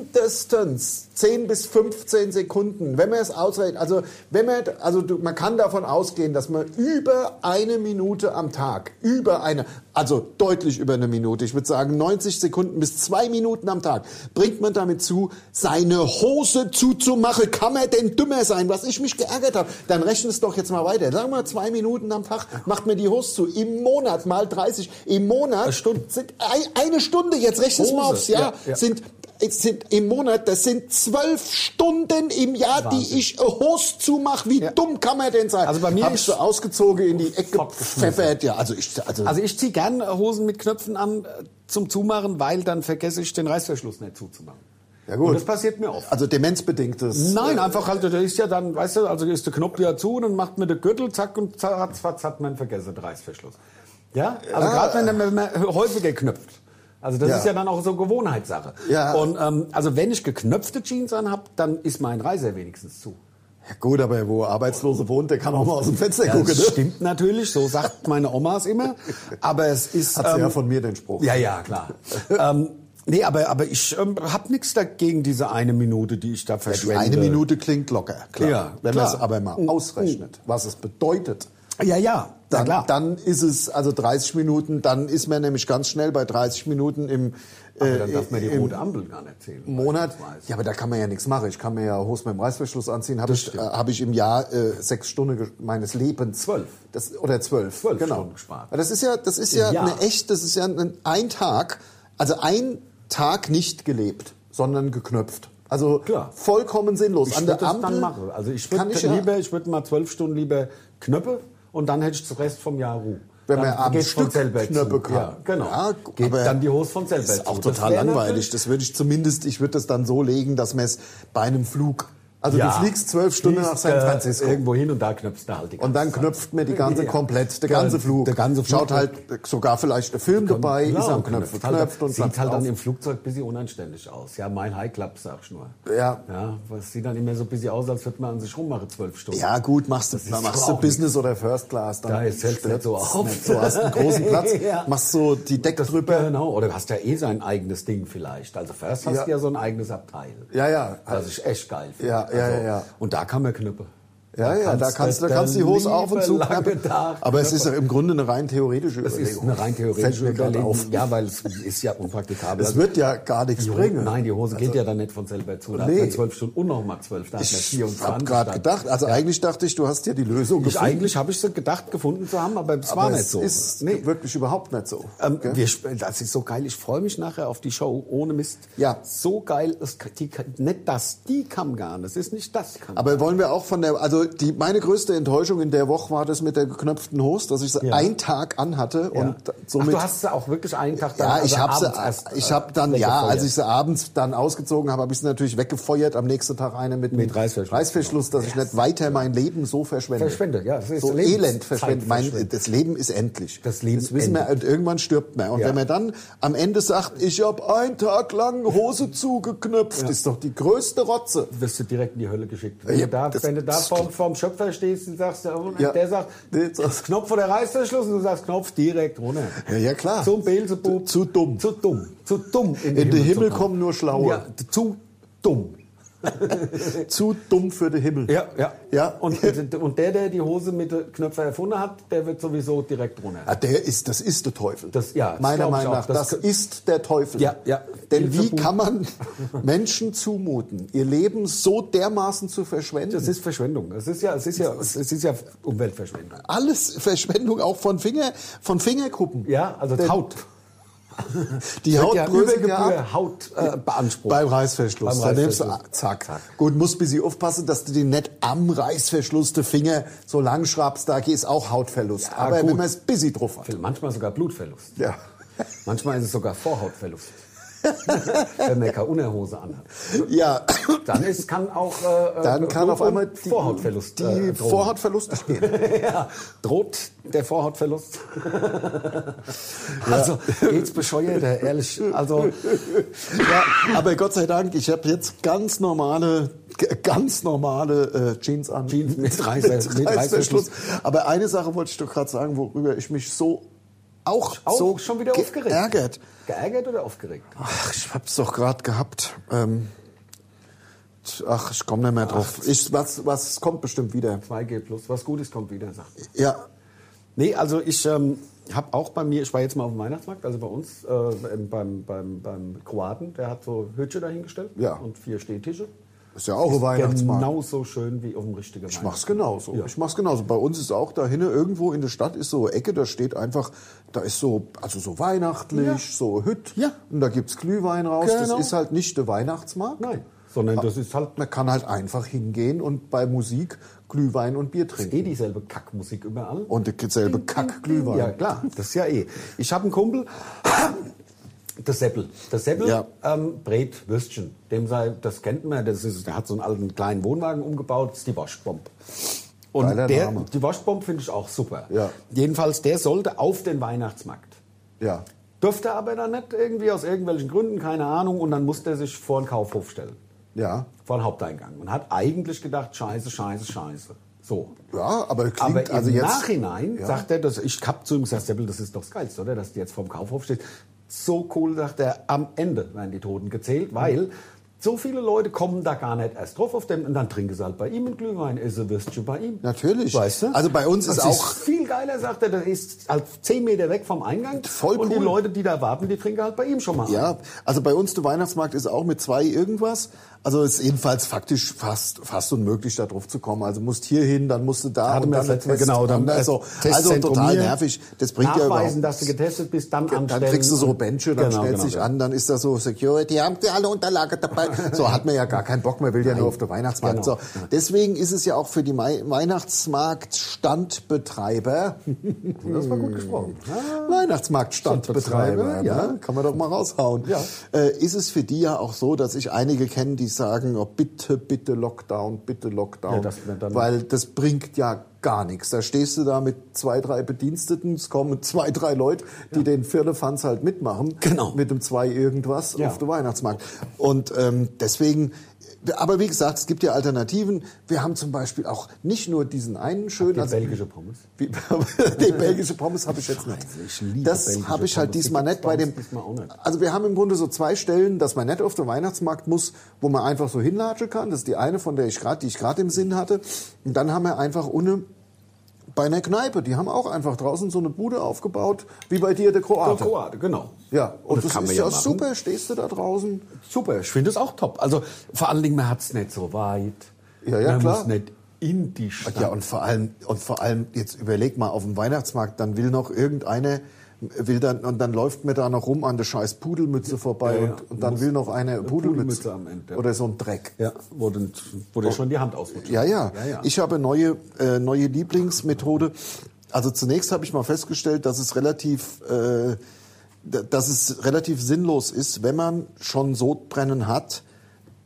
B: Mindestens 10 bis 15 Sekunden, wenn man es ausrechnet. Also, wenn man, also du, man kann davon ausgehen, dass man über eine Minute am Tag, über eine, also deutlich über eine Minute, ich würde sagen 90 Sekunden bis zwei Minuten am Tag, bringt man damit zu, seine Hose zuzumachen. Kann man denn dümmer sein, was ich mich geärgert habe? Dann rechne es doch jetzt mal weiter. Sag mal, zwei Minuten am Tag macht mir die Hose zu. Im Monat mal 30, im Monat
C: Eine Stunde.
B: sind ein, eine Stunde, jetzt rechne es mal
C: Hose,
B: aufs Jahr,
C: ja, ja.
B: sind es sind im Monat, das sind zwölf Stunden im Jahr,
C: Wahnsinn.
B: die ich eine Hose zumache. Wie dumm kann man denn sein?
C: Also bei mir
B: Hab ich
C: ist-
B: so ausgezogen in die Ecke
C: Fortgeschmissen.
B: gepfeffert. Ja, also ich, also,
C: Also ich ziehe gern äh, Hosen mit Knöpfen an äh, zum Zumachen, weil dann vergesse ich den Reißverschluss nicht zuzumachen.
B: Ja, gut.
C: Und das passiert mir oft.
B: also demenzbedingtes.
C: Nein, einfach halt, da ist ja dann, weißt du, also ist der Knopf ja zu und dann macht mir der Gürtel, zack, und zatz, zatz, hat man vergessen, den Reißverschluss. Ja? Also gerade wenn, wenn man häufiger knöpft. Also das
B: Ja.
C: ist ja dann auch so Gewohnheitssache.
B: Ja.
C: Und ähm, also wenn ich geknöpfte Jeans anhab, dann ist mein Reißer wenigstens zu.
B: Ja, gut, aber wo Arbeitslose wohnt, der kann auch mal aus dem Fenster gucken.
C: das
B: Ne?
C: stimmt natürlich, so sagt meine Omas immer. Aber es ist.
B: Hat sie ja
C: ähm,
B: von mir den Spruch.
C: Ja, ja,
B: *laughs*
C: klar. ähm, nee, aber, aber ich ähm, habe nichts dagegen, diese eine Minute, die ich da
B: Die
C: verschwende.
B: eine Minute klingt locker, klar.
C: Ja,
B: Wenn
C: klar.
B: man es aber mal ausrechnet, was es bedeutet,
C: Ja, ja, na
B: dann,
C: klar.
B: dann ist es also 30 Minuten, dann ist man nämlich ganz schnell bei 30 Minuten im,
C: aber
B: äh,
C: dann darf man die
B: im
C: rote Ampel gar nicht zählen.
B: Monat.
C: beispielsweise.
B: Ja, aber da kann man ja nichts machen. Ich kann mir ja Hose mit dem Reißverschluss anziehen. Habe ich, äh, hab ich im Jahr äh, sechs Stunden ge- meines Lebens.
C: Zwölf.
B: Das, oder zwölf.
C: Zwölf
B: genau.
C: Stunden gespart.
B: Aber Das ist ja, das ist ja,
C: Ja.
B: eine echt, das ist ja ein, ein Tag, also ein Tag nicht gelebt, sondern geknöpft. Also
C: Klar.
B: vollkommen sinnlos.
C: Ich
B: An
C: würde
B: der
C: das
B: Ampel
C: dann machen. Also ich
B: kann
C: würde
B: ich ja-
C: lieber, ich würde mal zwölf Stunden lieber Knöppe und dann hätte ich den Rest vom Jahr Ruhe.
B: Wenn man
C: dann
B: am
C: geht's von
B: Stück
C: selber
B: Knöppe
C: zu.
B: kann.
C: Ja, genau.
B: Ja,
C: Geht
B: aber
C: dann die Hose von selber
B: ist auch
C: zu. Das
B: total
C: wär
B: langweilig.
C: natürlich-
B: Das würde ich zumindest, ich würde das dann so legen, dass man es bei einem Flug, also
C: Ja.
B: du fliegst zwölf Stunden
C: Fliegst,
B: nach San
C: äh,
B: Francisco.
C: Irgendwo hin und da knöpfst du halt die
B: Und dann
C: ganze Zeit.
B: knöpft mir die ganze
C: Ja.
B: komplett, der
C: Ja,
B: ganze Flug.
C: der ganze Flug.
B: Schaut halt sogar vielleicht der Film dabei,
C: Klar,
B: ist am
C: und
B: Knöpf
C: knöpft halt,
B: geknöpft und
C: sieht
B: klappt
C: halt dann
B: auf.
C: im Flugzeug ein bisschen unanständig aus. Ja, mein High Club, sag ich nur.
B: Ja.
C: ja. Was sieht dann immer so ein bisschen aus, als würde man an sich rummachen, zwölf Stunden.
B: Ja gut, machst du,
C: ist
B: machst
C: doch
B: du
C: auch
B: Business oder First Class, dann
C: Da ist selbst nicht so
B: schleppt's
C: auf.
B: nicht so, hast einen
C: *laughs*
B: großen Platz,
C: Ja.
B: machst so die Deck
C: Das
B: drüber.
C: Genau, oder hast ja eh sein eigenes Ding vielleicht. Also First hast
B: Ja.
C: du ja so ein eigenes Abteil.
B: Ja, ja.
C: Das ich echt geil finde. Also,
B: Ja, ja, ja, ja.
C: Und da kann man knüppeln.
B: Ja, ja, da kannst du da kannst die Hose auf und zu knappen. Aber es ist ja im Grunde eine rein theoretische
C: das ist
B: Überlegung.
C: eine rein
B: Fällt
C: theoretische
B: mir gerade
C: Überlegung.
B: auf.
C: Ja, weil es ist ja unpraktikabel.
B: Es wird ja gar nichts
C: die Hose,
B: bringen.
C: Nein, die Hose geht ja dann nicht von selber zu. Da
B: Also- Nee.
C: hat man zwölf Stunden und nochmal zwölf, da hat man
B: Ich
C: 24.
B: hab gerade
C: dann.
B: gedacht, also eigentlich dachte ich, du hast dir die Lösung
C: Ich,
B: gefunden.
C: eigentlich habe ich so gedacht, gefunden zu haben, aber es war
B: aber
C: nicht
B: es
C: so.
B: ist
C: Nee.
B: wirklich überhaupt nicht so.
C: Ähm,
B: gell?
C: wir, sp- das ist so geil. Ich freue mich nachher auf die Show ohne Mist.
B: Ja.
C: So geil. Es, die, nicht das, die Kammgarn. Das ist nicht das Kammgarn.
B: Aber wollen wir auch von der, also die, meine größte Enttäuschung in der Woche war das mit der geknöpften Hose, dass ich sie
C: Ja.
B: einen Tag anhatte
C: Ja.
B: und
C: Ach,
B: somit.
C: du hast sie auch wirklich einen Tag
B: ja,
C: also
B: ich habe
C: abends erst,
B: sie, ich
C: äh,
B: habe dann, ja,
C: weggefeuert.
B: als ich sie abends dann ausgezogen habe, habe ich sie natürlich weggefeuert. Am nächsten Tag eine mit,
C: Mit
B: einem
C: Reißverschluss,
B: Reißverschluss, dass ich nicht weiter mein Leben so verschwende.
C: Verschwende, ja, das ist
B: so
C: Lebenszeit
B: elend verschwende. Mein,
C: verschwende.
B: das Leben ist endlich.
C: Das Leben
B: das wissen wir.
C: endet.
B: Und irgendwann stirbt man. Und
C: Ja.
B: wenn man dann am Ende sagt, ich habe einen Tag lang Hose zugeknöpft, ist doch die größte Rotze.
C: wirst du direkt in die Hölle geschickt. Wenn
B: Ja,
C: du da,
B: das-
C: wenn du da
B: das-
C: vorm, vorm Schöpfer stehst und sagst, ja, und
B: Ja.
C: der sagt,
B: Nee, das-
C: Knopf oder Reißverschluss und du sagst Knopf direkt runter.
B: Ja, ja, klar.
C: Zum Beelzebub.
B: Zu- zu dumm.
C: Zu dumm. Zu dumm.
B: In den
C: zu
B: Himmel
C: kommen.
B: kommen nur Schlaue.
C: Ja, zu dumm.
B: Zu dumm für den Himmel.
C: Ja, ja.
B: Ja.
C: *laughs* Und, und der, der die Hose mit den Knöpfen erfunden hat, der wird sowieso direkt runter.
B: Ah, der ist, das ist der Teufel.
C: Das- ja, das
B: Meiner
C: glaub ich
B: Meinung
C: auch.
B: nach, das,
C: Das-
B: ist der Teufel.
C: Ja, ja.
B: Denn wie
C: Hilfebuch. *laughs*
B: kann man Menschen zumuten, ihr Leben so dermaßen zu verschwenden?
C: Das ist Verschwendung. Es ist ja, es ist ja, es ist ja Umweltverschwendung.
B: alles Verschwendung, auch von, Finger, von Fingerkuppen.
C: Ja, also
B: Denn
C: Haut.
B: Die
C: Wird
B: Haut
C: ja
B: bröselt
C: über
B: ja
C: Gebühr
B: ab.
C: Haut äh, beansprucht.
B: Beim Reißverschluss.
C: Beim
B: Dann nimmst du,
C: Reißverschluss.
B: zack.
C: Zack.
B: Gut, musst ein bisschen aufpassen, dass du den nicht am Reißverschluss den Finger so lang schraubst. Da ist auch Hautverlust.
C: Ja,
B: Aber
C: gut.
B: wenn man es busy drauf hat.
C: Manchmal sogar Blutverlust.
B: Ja.
C: Manchmal ist es sogar Vorhautverlust. *laughs* Wenn man keine Unterhose anhat.
B: ja.
C: Dann ist, kann auch äh,
B: Dann kann
C: Blut-
B: auf einmal
C: und Vorhautverlust.
B: Die
C: äh, drohen.
B: Vorhautverlust nicht gehen.
C: *laughs* ja, droht der *laughs* Vorhautverlust. also geht's bescheuerter, ehrlich. Also
B: Ja, aber Gott sei Dank, ich habe jetzt ganz normale, g- ganz normale äh, Jeans an.
C: Jeans
B: *laughs*
C: mit Reißver- mit Reißverschluss.
B: Aber eine Sache wollte ich doch gerade sagen, worüber ich mich so auch,
C: auch
B: so
C: schon wieder aufgeregt.
B: geärgert.
C: *laughs* Geärgert oder aufgeregt?
B: Ach, ich hab's doch gerade gehabt. Ähm, ach, ich komme nicht mehr drauf. Ich, was, was kommt bestimmt wieder?
C: 2G plus, was Gutes kommt wieder, sagt man.
B: Ja,
C: Nee, also ich ähm, habe auch bei mir, ich war jetzt mal auf dem Weihnachtsmarkt, also bei uns, äh, im- beim, beim, beim Kroaten, der hat so Hütsche dahingestellt
B: Ja.
C: und vier Stehtische.
B: ist ja auch ein Weihnachtsmarkt.
C: Genauso schön wie auf dem richtigen
B: Ich mach's genauso.
C: Ja.
B: Ich mach's genauso. Bei uns ist auch dahin irgendwo in der Stadt ist so eine Ecke, da steht einfach, da ist so also so weihnachtlich,
C: Ja.
B: so Hütt
C: Ja.
B: und da gibt's Glühwein raus.
C: Genau.
B: Das ist halt nicht der Weihnachtsmarkt.
C: Nein, sondern das ist halt
B: Man kann halt einfach hingehen und bei Musik Glühwein und Bier
C: ist
B: trinken
C: eh dieselbe Kackmusik überall.
B: und dasselbe Kackglühwein.
C: Ja, klar, das ist ja eh. Ich habe einen Kumpel, *coughs* der Seppel. Der Seppel
B: Ja.
C: ähm, brät Würstchen. Dem sei, das kennt man, das ist, der hat so einen alten kleinen Wohnwagen umgebaut, das ist die Waschbomb. Und
B: Geiler
C: der,
B: Name.
C: die Waschbomb finde ich auch super.
B: Ja.
C: Jedenfalls, der sollte auf den Weihnachtsmarkt.
B: Ja.
C: Dürfte aber dann nicht irgendwie aus irgendwelchen Gründen, keine Ahnung, und dann musste er sich vor den Kaufhof stellen,
B: Ja.
C: vor den Haupteingang. Und hat eigentlich gedacht, scheiße, scheiße, scheiße. So.
B: Ja, aber klingt
C: Aber im
B: also jetzt
C: Nachhinein
B: Ja.
C: sagt er, dass ich hab zu ihm gesagt, Seppel, das ist doch das Geilste, oder? Dass du jetzt vorm Kaufhof stehst. So cool, sagt er, am Ende werden die Toten gezählt, weil so viele Leute kommen da gar nicht erst drauf auf dem und dann trinken sie halt bei ihm einen Glühwein, essen Würstchen bei ihm.
B: Natürlich.
C: Weißt du?
B: Also bei uns ist
C: das
B: auch-
C: Ist viel geiler, sagt er, das ist halt zehn Meter weg vom Eingang.
B: Voll
C: Und die
B: cool.
C: Leute, die da warten, die trinken halt bei ihm schon mal. ein.
B: Ja, also bei uns der Weihnachtsmarkt ist auch mit zwei irgendwas. Also ist jedenfalls faktisch fast fast unmöglich, da drauf zu kommen. Also musst hier hin, dann musst du da
C: Hatten
B: und
C: wir das
B: dann
C: letzte
B: Test-
C: Mal, genau, dann
B: also,
C: Test-
B: also
C: Testzentrum
B: total
C: hier.
B: nervig. Das bringt ja
C: Nachweisen,
B: überhaupt.
C: dass du getestet bist, dann
B: Dann
C: anstellen.
B: kriegst du so Bänche, dann
C: Genau,
B: stellst
C: genau,
B: dich
C: genau.
B: an, dann ist da so Security, haben sie alle Unterlagen
C: *laughs*
B: dabei, Weihnachtsmarkt. So hat man ja gar keinen Bock, man will ja nur auf den Weihnachtsmarkt.
C: Genau.
B: So, deswegen ist es ja auch für die Mai-
C: *laughs*
B: Weihnachtsmarktstandbetreiber,
C: Das war gut gesprochen.
B: Ah. Weihnachtsmarktstandbetreiber,
C: Standbetreiber,
B: ja.
C: ja.
B: ne? kann man doch mal raushauen.
C: Ja.
B: Äh, ist es für die ja auch so, dass ich einige kenne, die sagen, oh, bitte, bitte Lockdown, bitte Lockdown,
C: Ja, das wär dann-
B: weil das bringt ja gar nichts. Da stehst du da mit zwei, drei Bediensteten, es kommen *laughs* zwei, drei Leute, die den Firlefanz halt mitmachen,
C: Genau.
B: mit dem zwei irgendwas
C: Ja.
B: auf den Weihnachtsmarkt. Und ähm, deswegen... Aber wie gesagt, es gibt ja Alternativen. Wir haben zum Beispiel auch nicht nur diesen einen schönen,
C: Die belgische Pommes.
B: wie, *laughs* die belgische Pommes habe ich jetzt nicht.
C: ich liebe
B: das
C: belgische
B: habe ich halt
C: Pommes. Die
B: diesmal nicht
C: gibt's bei
B: bei dem.
C: uns diesmal auch nicht.
B: Also wir haben im Grunde so zwei Stellen, dass man nicht auf den Weihnachtsmarkt muss, wo man einfach so hinlatschen kann. Das ist die eine, von der ich gerade, die ich gerade im Sinn hatte. Und dann haben wir einfach ohne bei einer Kneipe. Die haben auch einfach draußen so eine Bude aufgebaut, wie bei dir der Kroate.
C: Kroate, genau.
B: ja, und
C: das
B: das,
C: kann man
B: ist
C: ja
B: ja
C: machen.
B: super. Stehst du da draußen?
C: Super, Äh, ich finde es auch top. Also vor allen Dingen, man hat es nicht so weit.
B: Ja, ja,
C: man
B: klar.
C: muss nicht in die Stadt.
B: Ja, und vor allem, und vor allem, jetzt überleg mal, auf dem Weihnachtsmarkt, dann will noch irgendeine, will dann, und dann läuft mir da noch rum an der scheiß Pudelmütze vorbei
C: Ja, ja.
B: und, und dann will noch eine Pudelmütze,
C: Pudelmütze am Ende, ja.
B: oder so ein Dreck.
C: Ja, wo, denn, wo dir schon die Hand ausrutscht.
B: Oh. Ja, ja.
C: Ja, ja.
B: Ich habe neue, äh, neue Lieblingsmethode. Also zunächst habe ich mal festgestellt, dass es relativ, äh, d- dass es relativ sinnlos ist, wenn man schon Sodbrennen hat,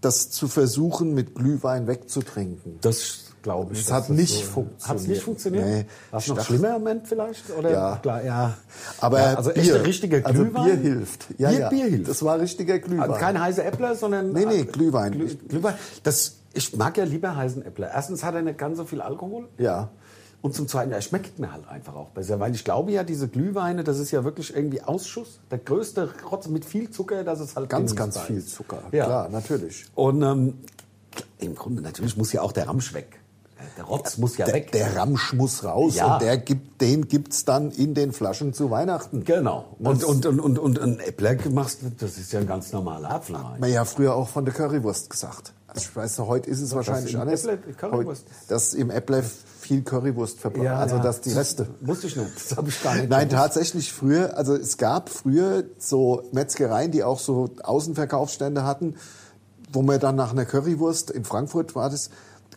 B: das zu versuchen, mit Glühwein wegzutrinken.
C: Das glaube ich.
B: Das
C: dass
B: hat nicht funktioniert.
C: Hat es nicht funktioniert?
B: Nee.
C: War es
B: Ich
C: noch
B: dachte-
C: schlimmer im Moment vielleicht? Oder?
B: Ja.
C: Klar, ja.
B: Aber
C: ja, also echt
B: Bier.
C: ein richtiger
B: Also
C: Glühwein.
B: Bier hilft. Ja,
C: Bier,
B: ja.
C: Bier hilft.
B: Das war richtiger Glühwein.
C: Also kein heißer Äppler, sondern. Ah,
B: Nee, nee, Glühwein.
C: Glüh- Glühwein. Das, ich mag ja lieber heißen Äppler. Erstens hat er nicht ganz so viel Alkohol.
B: Ja.
C: Und zum Zweiten, er schmeckt mir halt einfach auch besser. Weil ich glaube ja, diese Glühweine, das ist ja wirklich irgendwie Ausschuss. Der größte Rotz mit viel Zucker, das ist halt
B: ganz, ganz
C: genießbar
B: viel
C: ist.
B: Zucker.
C: Ja.
B: Klar, natürlich.
C: Und ähm, im Grunde natürlich muss ja auch der Ramsch weg. Der Rotz muss ja
B: Der,
C: weg.
B: der Ramsch muss raus
C: Ja.
B: und der gibt, den gibt's dann in den Flaschen zu Weihnachten.
C: Genau. Und, und, und, und, und ein Äppler machst, das ist ja ein ganz normaler Apfelwein.
B: Man ja früher auch von der Currywurst gesagt. Also ich weiß, heute ist es wahrscheinlich
C: im
B: anders.
C: Äpple- Currywurst.
B: Heute- Dass im Äpple viel Currywurst verbrannt, also dass die Reste.
C: Wusste ich nicht. Das habe ich gar nicht.
B: Nein, tatsächlich früher, also es gab früher so Metzgereien, die auch so Außenverkaufsstände hatten, wo man dann nach einer Currywurst, in Frankfurt war das,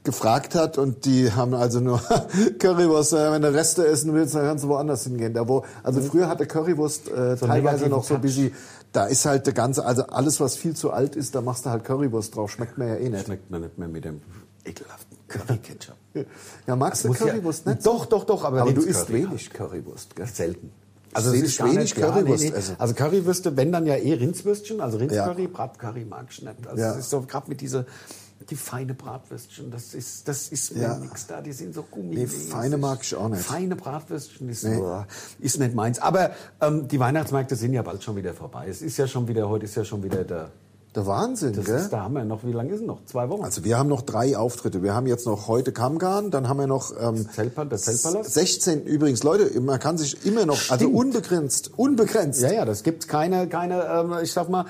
B: gefragt hat und die haben also nur *laughs* Currywurst, äh, wenn du Reste essen willst, dann kannst du woanders hingehen. Da wo, also
C: Mhm.
B: früher hatte Currywurst äh, teilweise
C: negativen
B: noch so ein
C: Touch.
B: bisschen, da ist halt der ganze, also alles was viel zu alt ist, da machst du halt Currywurst drauf, schmeckt mir ja eh nicht.
C: Schmeckt man nicht mehr mit dem ekelhaften Curry-Ketchup.
B: Ja, magst du
C: Muss ja-
B: Currywurst nicht?
C: Doch, doch, doch, aber
B: Aber
C: wenn's
B: du isst
C: Curry
B: wenig Currywurst, gell?
C: Selten.
B: Ich
C: Also es
B: seh
C: gar
B: wenig
C: nicht-
B: Currywurst
C: Ja, nee, nee.
B: essen.
C: Also Currywürste, wenn dann ja eh Rindswürstchen, also Rindscurry,
B: Ja.
C: Bratcurry mag ich nicht. Also
B: Ja.
C: es ist so gerade mit dieser die feine Bratwürstchen, das ist das ist mir
B: Ja.
C: nix da, die sind so
B: Nee,
C: gummimäßig.
B: feine mag ich auch nicht.
C: Feine Bratwürstchen ist,
B: Nee.
C: boah, ist nicht meins, aber ähm, die Weihnachtsmärkte sind ja bald schon wieder vorbei. Es ist ja schon wieder heute ist ja schon wieder der
B: Der Wahnsinn,
C: das
B: gell?
C: ist, da haben wir noch wie lange ist denn noch? Zwei Wochen.
B: Also wir haben noch drei Auftritte. Wir haben jetzt noch heute Kamgarn, dann haben wir noch ähm,
C: Zeltpal- der Zeltpalast?
B: 16 übrigens. Leute, man kann sich immer noch, also unbegrenzt, unbegrenzt.
C: ja, ja, das gibt keine keine ähm, ich sag mal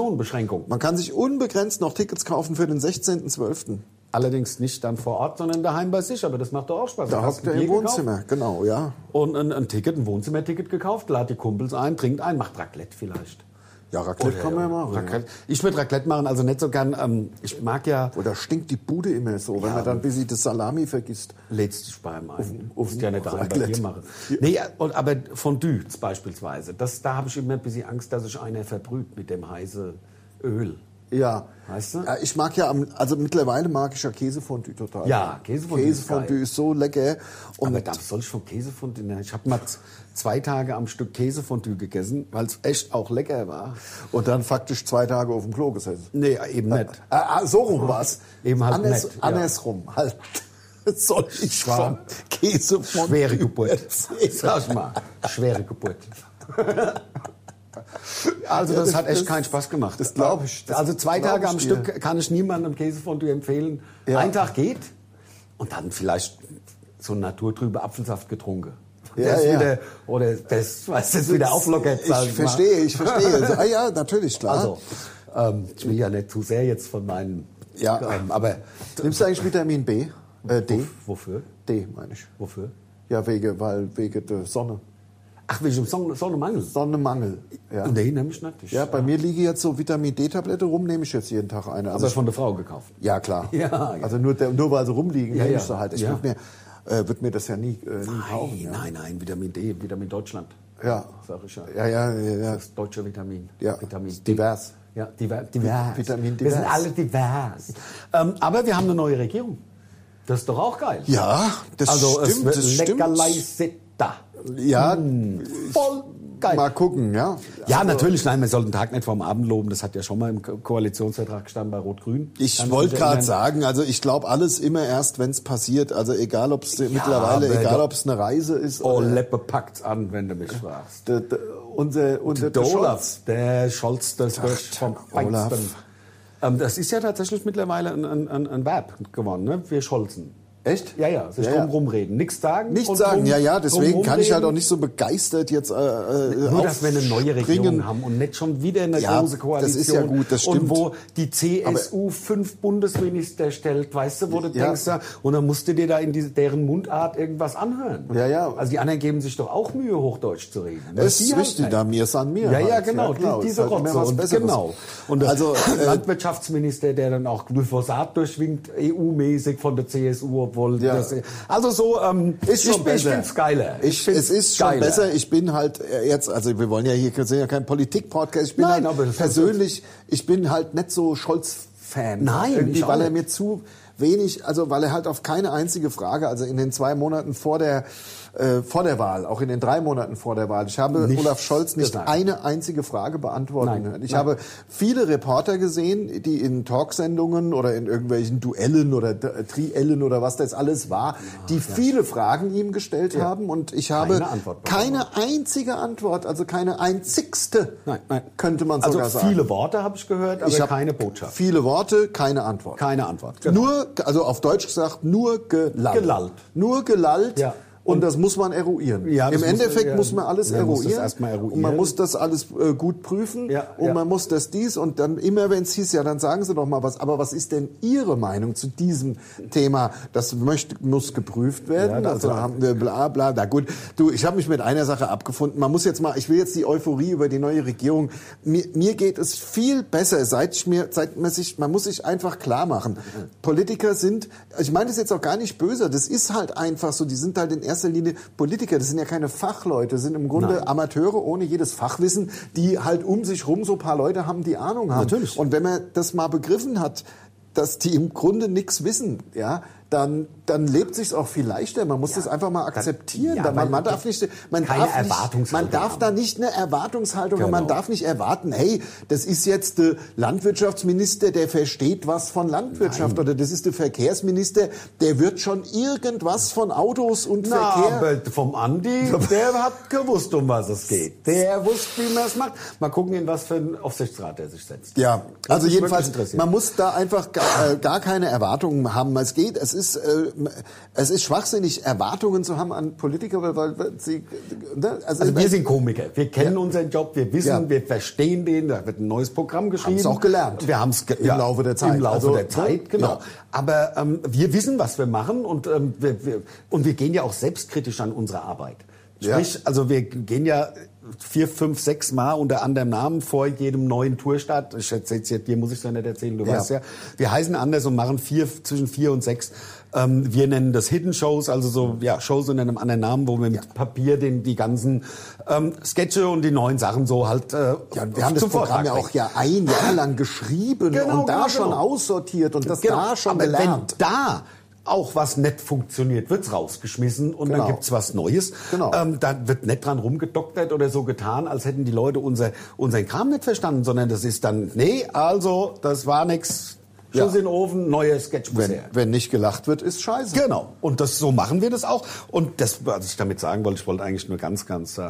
C: Personenbeschränkung.
B: Man kann sich unbegrenzt noch Tickets kaufen für den 16.12.
C: Allerdings nicht dann vor Ort, sondern daheim bei sich. Aber das macht doch auch Spaß. Du
B: Da
C: hast
B: hockt er
C: ein
B: im
C: Bier gekauft
B: Wohnzimmer, genau, ja.
C: Und ein, ein Ticket, ein Wohnzimmerticket gekauft, lad die Kumpels ein, trinkt ein, macht Raclette vielleicht.
B: Ja, Raclette kann man ja machen. Ja.
C: Raclette. Ich würde Raclette machen, also nicht so gern. Ähm, ich mag ja,
B: Oder stinkt die Bude immer so, wenn man dann ein bisschen das Salami vergisst.
C: lädst dich beim ein.
B: auf-
C: Musst ja nicht daheim bei
B: Raclette.
C: dir machen. Nee, und, aber Fondue beispielsweise, das, da habe ich immer ein bisschen Angst, dass sich einer verbrüht mit dem heißen Öl.
B: Ja.
C: Weißt du?
B: Ja, ich mag ja, am- also mittlerweile mag ich ja Käsefondue total.
C: Ja, Käsefondue ist
B: Käsefondue
C: geil.
B: ist, so lecker. Und
C: Aber darf soll ich vom Käsefondue? Na, Ich habe mal z- zwei Tage am Stück Käsefondue gegessen, weil es echt auch lecker war.
B: Und dann faktisch zwei Tage auf dem Klo gesessen.
C: Nee, eben nicht.
B: Ah, ah, so rum war's.
C: Eben halt
B: Anders,
C: nett, ja.
B: Andersrum halt. *laughs* Soll ich
C: war
B: vom Käse von
C: Schwere *laughs* Geburt. Sag mal, schwere Geburt. *laughs* Also
B: Ja,
C: das,
B: das-
C: hat echt
B: das-
C: keinen Spaß gemacht.
B: das glaub ich, das
C: also zwei
B: glaub
C: Tage
B: ich
C: am
B: dir.
C: Stück kann ich niemandem Käsefondue empfehlen.
B: Ja.
C: Ein Tag geht und dann vielleicht so einen naturtrübe Apfelsaft getrunken.
B: Ja,
C: Der ist
B: ja.
C: wieder, oder das, weißt du, das wieder auflockert. sag
B: Ich
C: mal.
B: verstehe,
C: *laughs*
B: ich verstehe. Ah ja, natürlich, klar.
C: Also, ähm, ich will ja nicht zu sehr jetzt von meinen.
B: Ja.
C: Ähm, aber
B: Nimmst du eigentlich Vitamin B? Äh, D?
C: wofür?
B: D, meine ich.
C: Wofür?
B: Ja, wegen, weil, wegen der äh, Sonne.
C: Ach, welchem Song, Sonnemangel?
B: Sonnemangel. Ja.
C: Und der hinter mich natürlich.
B: ja, bei mir liege jetzt so Vitamin D-Tablette rum, nehme ich jetzt jeden Tag eine.
C: Das
B: Also
C: ist von der Frau gekauft.
B: ja, klar.
C: *laughs* Ja, ja.
B: Also nur, der, nur weil sie rumliegen,
C: Ja,
B: nehme
C: ja.
B: ich sie halt. Ich
C: Ja.
B: würd mir, äh, würd mir das ja nie, äh, nie kaufen.
C: Nein, nein, nein, Vitamin D, Vitamin Deutschland.
B: Ja.
C: Sag ich ja.
B: Ja, ja, ja. ja.
C: Das deutsche Vitamin.
B: Ja,
C: Vitamin
B: ist divers.
C: Ja, diver, divers.
B: Vitamin
C: Wir sind
B: divers.
C: alle divers. Ähm, aber wir haben eine neue Regierung. Das ist doch auch geil.
B: Ja, das
C: also es
B: stimmt,
C: wird Hm.
B: das stimmt.
C: Leckerleisetta.
B: Ja,
C: Voll geil.
B: mal gucken, ja.
C: Ja, natürlich, nein, wir sollten den Tag nicht vorm Abend loben. Das hat ja schon mal im Ko- Koalitionsvertrag gestanden bei Rot-Grün.
B: Ich
C: Kannst du
B: wollte
C: dich
B: gerade
C: erinnern?
B: sagen, also ich glaube alles immer erst, wenn es passiert. Also egal, ob es mittlerweile,
C: aber
B: egal
C: doch-
B: ob es eine Reise ist
C: Oh,
B: oder
C: Leppe packt's an, wenn du mich fragst.
B: d- d- unser, unser
C: Der
B: Scholz.
C: Olaf, der Scholz, der Bösch vom
B: Olaf.
C: Feinsten. Ähm, das ist ja tatsächlich mittlerweile ein, ein, ein, ein Verb geworden, ne? Wir scholzen.
B: Echt?
C: Ja, ja, sich
B: Ja,
C: drum
B: ja.
C: rumreden. Nichts sagen.
B: Nicht
C: und
B: sagen,
C: drum-
B: ja, ja, deswegen
C: drum
B: kann ich halt auch
C: rumreden.
B: nicht so begeistert jetzt äh, äh,
C: Nur, dass wir eine neue
B: aufspringen.
C: Regierung haben und nicht schon wieder eine
B: Ja,
C: große Koalition.
B: das ist ja gut, das
C: Und
B: stimmt.
C: wo die CSU fünf Bundesminister stellt, weißt du, wo du
B: Ja.
C: denkst, ja, und dann musst du dir da in diese, deren Mundart irgendwas anhören.
B: Ja, ja.
C: Also die anderen geben sich doch auch Mühe, Hochdeutsch zu reden.
B: Es
C: Die
B: ist
C: halt
B: richtig,
C: nicht.
B: da mir ist an mir.
C: Ja, ja,
B: halt.
C: genau, die,
B: ist
C: diese
B: halt immer
C: Rotze.
B: was
C: und,
B: Besseres.
C: genau. Und der *laughs*
B: also, äh,
C: Landwirtschaftsminister, der dann auch Glyphosat durchwinkt, EU-mäßig von der CSU, obwohl
B: Ja.
C: das, also so, ähm,
B: Ist schon
C: ich, bin-
B: besser.
C: ich find's geiler.
B: Ich,
C: find's
B: es ist schon
C: geiler.
B: besser. Ich bin halt äh, jetzt, also wir wollen ja hier, wir sind ja kein Politik-Podcast. Ich bin
C: Nein, aber das
B: halt
C: ist-
B: persönlich, ich bin halt nicht so Scholz-Fan.
C: Nein,
B: Irgendwie,
C: ich auch
B: weil er
C: nicht.
B: mir zu wenig, also weil er halt auf keine einzige Frage, also in den zwei Monaten vor der äh, vor der Wahl, auch in den drei Monaten vor der Wahl. Ich habe
C: Nichts
B: Olaf Scholz nicht
C: gesagt.
B: eine einzige Frage beantworten
C: Nein,
B: hören. Ich
C: nein.
B: habe viele Reporter gesehen, die in Talksendungen oder in irgendwelchen Duellen oder D- Triellen oder was das alles war,
C: Ah,
B: die viele Fragen ihm gestellt haben und ich habe
C: Antwort bekommen.
B: keine einzige Antwort, also keine einzigste,
C: Nein, nein.
B: könnte man
C: Also
B: sogar sagen.
C: viele Worte habe ich gehört, aber
B: Ich habe
C: keine Botschaft. Genau.
B: Viele Worte, keine Antwort.
C: Keine Antwort.
B: Nur, also auf Deutsch gesagt, nur gelallt.
C: Gelallt.
B: Nur gelallt.
C: Ja.
B: Und, das muss man eruieren.
C: Ja, das muss
B: Im
C: man-
B: Endeffekt
C: ja.
B: muss man alles
C: Man muss das
B: eruieren,
C: erstmal eruieren.
B: Und man muss das alles äh, gut prüfen.
C: Ja,
B: und
C: ja.
B: man muss das dies. Und dann immer, wenn es hieß, ja, dann sagen Sie doch mal was. Aber was ist denn Ihre Meinung zu diesem Thema? Das möchte, muss geprüft werden.
C: Ja,
B: also
C: also-
B: haben wir bla bla. Na gut, du, ich habe mich mit einer Sache abgefunden. Man muss jetzt mal, ich will jetzt die Euphorie über die neue Regierung. Mir, mir geht es viel besser, seit ich mir, seit man sich, man muss sich einfach klar machen. Politiker sind, ich meine das jetzt auch gar nicht böse, das ist halt einfach so, die sind halt in erster Linie Politiker, das sind ja keine Fachleute, das sind im Grunde Amateure ohne jedes Fachwissen, die halt um sich rum so ein paar Leute haben, die Ahnung haben.
C: Natürlich.
B: Und wenn man das mal begriffen hat, dass die im Grunde nichts wissen, ja, dann, dann lebt sich's auch viel leichter. Man muss das einfach mal akzeptieren.
C: ja,
B: Da- man,
C: weil
B: man darf nicht, man
C: keine
B: darf nicht, man
C: Erwartungshaltung
B: darf
C: haben.
B: da nicht eine Erwartungshaltung haben. Man
C: Genau.
B: darf nicht erwarten, hey, das ist jetzt der Landwirtschaftsminister, der versteht was von Landwirtschaft oder das ist der Verkehrsminister, der wird schon irgendwas von Autos und
C: Na,
B: Verkehr.
C: aber vom Andi, der hat gewusst, um was es geht. Der wusste, wie man es macht. Mal gucken, in was für einen Aufsichtsrat er sich setzt.
B: Ja,
C: Das
B: also
C: ist
B: jedenfalls,
C: wirklich interessiert.
B: man muss da einfach gar, äh, gar keine Erwartungen haben. Es geht, es ist, äh, es ist schwachsinnig, Erwartungen zu haben an Politiker, weil, weil weil sie, ne?
C: Also wir sind Komiker, wir kennen unseren Job, wir wissen,
B: Ja.
C: wir verstehen den, da wird ein neues Programm geschrieben.
B: Haben's auch gelernt.
C: Wir haben es
B: Im Laufe der Zeit.
C: Im Laufe
B: Also,
C: der Zeit, genau.
B: ja.
C: Aber ähm, wir wissen, was wir machen und, ähm, wir, wir, und wir gehen ja auch selbstkritisch an unsere Arbeit.
B: Ja.
C: Sprich, also wir gehen ja vier, fünf, sechs Mal unter anderem Namen vor jedem neuen Tourstart. Ich erzähle jetzt, dir muss ich es ja nicht erzählen, du
B: Ja.
C: weißt ja. Wir heißen anders und machen vier, zwischen vier und sechs. Ähm, wir nennen das Hidden Shows, also
B: Mhm.
C: so ja, Shows unter einem anderen Namen, wo wir mit Papier den, die ganzen ähm, Sketche und die neuen Sachen so halt äh,
B: ja, und wir haben das
C: zum
B: Programm
C: Vortrag
B: ja auch
C: bringen.
B: ja ein Jahr lang geschrieben
C: Genau,
B: und da
C: genau,
B: schon
C: genau.
B: aussortiert und das
C: Genau.
B: da schon
C: Aber
B: gelernt.
C: wenn da auch was nicht funktioniert, wird's rausgeschmissen und
B: Genau.
C: dann gibt's was Neues.
B: Genau.
C: Ähm, da wird nicht dran rumgedoktert oder so getan, als hätten die Leute unser, unseren Kram nicht verstanden, sondern das ist dann, nee, also, das war nix, Schuss
B: Ja.
C: in den Ofen, neuer Sketch muss her.
B: wenn, wenn nicht gelacht wird, ist scheiße.
C: Genau. Und das, so machen wir das auch. Und das, was ich damit sagen wollte, ich wollte eigentlich nur ganz, ganz äh,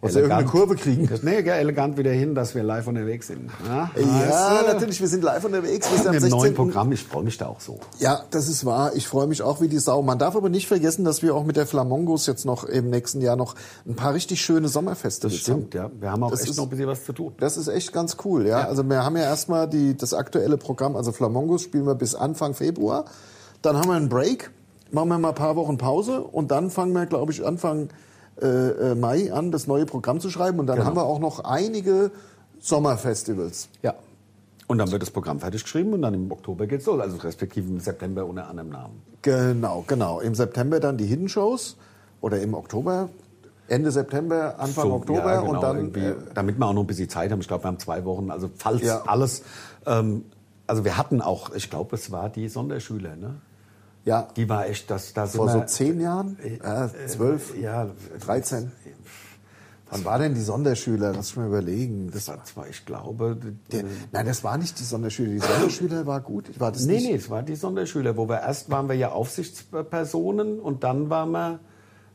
B: Aus der irgendeine Kurve kriegen.
C: Das, nee, ja, elegant wieder hin, dass wir live unterwegs sind. Also, Ja,
B: Ja,
C: weißt du?
B: natürlich, wir sind live unterwegs. Wir sind
C: Mit
B: am
C: dem neuen
B: 16.
C: Programm, ich freue mich da auch so.
B: Ja, das ist wahr. Ich freue mich auch wie die Sau. Man darf aber nicht vergessen, dass wir auch mit der Flamongos jetzt noch im nächsten Jahr noch ein paar richtig schöne Sommerfeste jetzt haben.
C: Stimmt, ja. Wir haben auch
B: Das
C: echt
B: ist-
C: noch ein bisschen was zu tun.
B: Das ist echt ganz cool, ja. Also wir haben ja erstmal die, das aktuelle Programm, also Flamongos spielen wir bis Anfang Februar. Dann haben wir einen Break, machen wir mal ein paar Wochen Pause und dann fangen wir, glaube ich, Anfang äh, Mai an, das neue Programm zu schreiben. Und dann
C: Genau.
B: haben wir auch noch einige Sommerfestivals.
C: Ja. Und dann wird das Programm fertig geschrieben und dann im Oktober geht's los, also respektive im September unter anderem Namen.
B: Genau, genau. Im September dann die Hidden Shows oder im Oktober, Ende September, Anfang
C: So,
B: Oktober
C: ja, genau,
B: und dann
C: irgendwie,
B: äh,
C: damit wir auch noch ein bisschen Zeit haben. Ich glaube, wir haben zwei Wochen. Also falls
B: Ja.
C: alles, ähm, also wir hatten auch, ich glaube, es war die Sonderschüler, ne?
B: ja,
C: Die war echt, das, da sind
B: vor so
C: wir-
B: zehn Jahren, äh, zwölf,
C: ja,
B: 13. Wann war denn die Sonderschüler? Lass mich mal überlegen. Das,
C: Das war, das war, ich glaube,
B: der, nein, das war nicht die Sonderschüler. Die Sonderschüler war gut. War das
C: Nee,
B: nicht?
C: nee, es waren die Sonderschüler, wo wir erst waren wir ja Aufsichtspersonen und dann waren wir,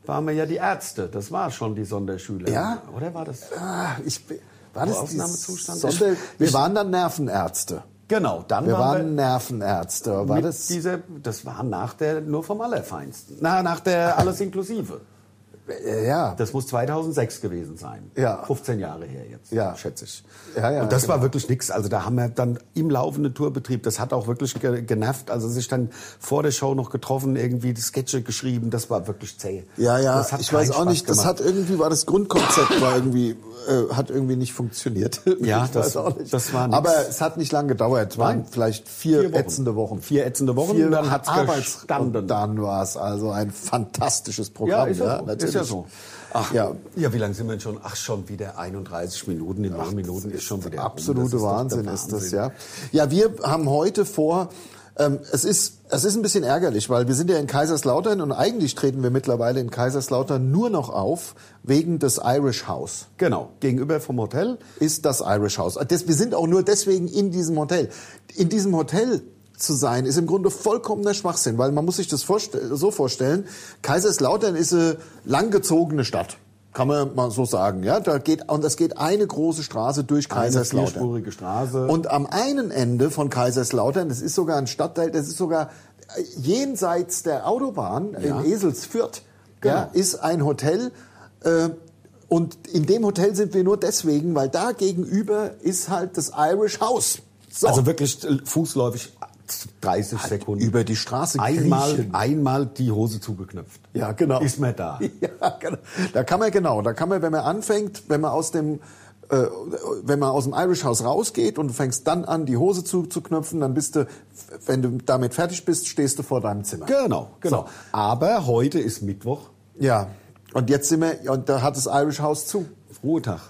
C: waren wir ja die Ärzte. Das war schon die Sonderschüler.
B: Ja?
C: Oder war das?
B: Ah, ich, bin- war das die
C: Ausnahmezustand?
B: Sonder,
C: Ich-
B: wir waren dann Nervenärzte.
C: Genau, dann
B: Wir
C: waren
B: waren Nervenärzte.
C: wir
B: War
C: mit
B: das?
C: Dieser, das war nach der nur vom Allerfeinsten. Na, nach der Alles inklusive.
B: äh, ja.
C: Das muss 2006 gewesen sein.
B: Ja.
C: 15 Jahre her jetzt,
B: Ja.
C: schätze ich.
B: Ja, ja,
C: und das
B: genau.
C: war wirklich nix. Also da haben wir dann im laufenden Tourbetrieb, das hat auch wirklich ge genervt. Also sich dann vor der Show noch getroffen, irgendwie die Sketche geschrieben, das war wirklich zäh.
B: Ja, ja,
C: Das hat
B: ich
C: keinen
B: weiß auch
C: Spaß
B: nicht, das
C: gemacht.
B: hat irgendwie, war das Grundkonzept war irgendwie, äh, hat irgendwie nicht funktioniert. *laughs*
C: Ja,
B: ich
C: das-
B: weiß auch nicht.
C: das war nix.
B: Aber es hat nicht lange gedauert, waren
C: Nein.
B: vielleicht vier,
C: Vier Wochen.
B: ätzende Wochen.
C: Vier ätzende Wochen,
B: Vier
C: dann hat's
B: Arbeits-
C: gestanden.
B: Und dann war es also ein fantastisches
C: ja,
B: Programm.
C: ist ja, so.
B: natürlich.
C: Ist ja so. Ach,
B: Ja.
C: ja. ja, wie lange sind wir denn schon? Ach, schon wieder 31 Minuten. In neun Minuten ist schon wieder. rum. Das
B: Absolute
C: ist doch der
B: Wahnsinn ist das, ja. Ja, wir haben heute vor, ähm, es ist, es ist ein bisschen ärgerlich, weil wir sind ja in Kaiserslautern und eigentlich treten wir mittlerweile in Kaiserslautern nur noch auf wegen des Irish House.
C: Genau, gegenüber vom Hotel.
B: ist das Irish House. Das, wir sind auch nur deswegen in diesem Hotel. In diesem Hotel zu sein, ist im Grunde vollkommener Schwachsinn, weil man muss sich das vorste so vorstellen, Kaiserslautern ist eine langgezogene Stadt. Kann man mal so sagen, ja? Da geht, und es geht eine große Straße durch Kaiserslautern.
C: vierspurige Straße.
B: Und am einen Ende von Kaiserslautern, das ist sogar ein Stadtteil, das ist sogar äh, jenseits der Autobahn in Eselsfürth, ja, ist ein Hotel. Äh, und in dem Hotel sind wir nur deswegen, weil da gegenüber ist halt das Irish House. So.
C: Also wirklich äh, fußläufig 30 Sekunden.
B: über die Straße
C: einmal,
B: kriechen.
C: einmal die Hose zugeknöpft.
B: Ja, genau.
C: Ist man da.
B: *laughs* Ja, genau. Da kann man genau, da kann man, wenn man anfängt, wenn man aus dem äh, wenn man aus dem Irish House rausgeht und du fängst dann an, die Hose zuzuknöpfen, dann bist du, wenn du damit fertig bist, stehst du vor deinem Zimmer.
C: Genau, genau. Aber heute ist Mittwoch,
B: Ja. Und jetzt sind wir, und da hat das Irish House zu.
C: Ruhetag.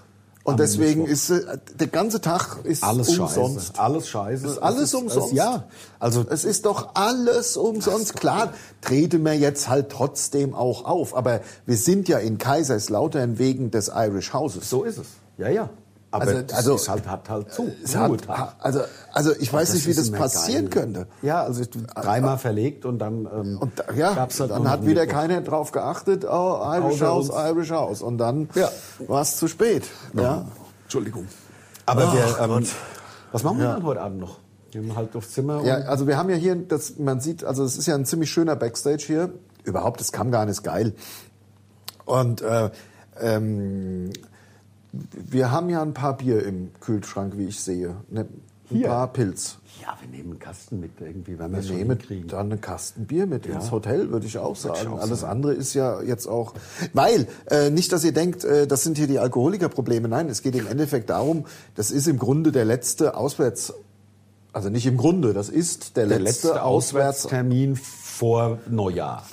B: Und
C: Am
B: deswegen
C: Mittwoch.
B: ist äh, der ganze Tag ist
C: alles
B: umsonst.
C: scheiße. Alles scheiße.
B: Ist alles
C: Es es-
B: umsonst.
C: Ja, also
B: Es ist doch alles umsonst. Klar, trete mir jetzt halt trotzdem auch auf. Aber wir sind ja in Kaiserslautern wegen des Irish Houses.
C: so ist es. Ja, ja. Aber
B: Also-
C: das
B: also-
C: ist halt, hat halt zu.
B: Es hat,
C: Ruhetag.
B: also, also ich weiß
C: Das
B: nicht, wie
C: ist
B: das
C: immer
B: passieren
C: geil.
B: könnte. Äh,
C: Ja, also ich, dreimal verlegt und dann ähm,
B: Und da, ja,
C: gab's halt
B: dann
C: nur
B: hat
C: noch
B: wieder
C: Mittwoch.
B: keiner drauf geachtet. Oh, Irish
C: Außer
B: House,
C: uns.
B: Irish House. Und dann
C: Ja.
B: war es zu spät. Ja.
C: Entschuldigung. Aber wir,
B: Ach,
C: ähm,
B: Gott.
C: was machen wir dann heute Abend noch? Wir haben halt aufs Zimmer
B: Ja,
C: und
B: also wir haben ja hier, das, man sieht, also es ist ja ein ziemlich schöner Backstage hier. Überhaupt, das Kammgarn ist geil. Und äh, ähm, wir haben ja ein paar Bier im Kühlschrank, wie ich sehe. Ne, ein
C: Hier?
B: paar Pilz.
C: ja, wir nehmen einen Kasten mit irgendwie, wenn wir es schon
B: Nehme
C: Also hinkriegen.
B: dann einen Kasten Bier mit ins Hotel, würde ich auch sagen.
C: auch
B: Alles andere ist ja jetzt auch, weil äh, nicht, dass ihr denkt, äh, das sind hier die Alkoholikerprobleme. Nein, es geht im Endeffekt darum, das ist im Grunde der letzte Auswärts, also nicht im Grunde, das ist der,
C: Der
B: letzte,
C: letzte
B: Auswärts
C: Auswärtstermin vor Neujahr.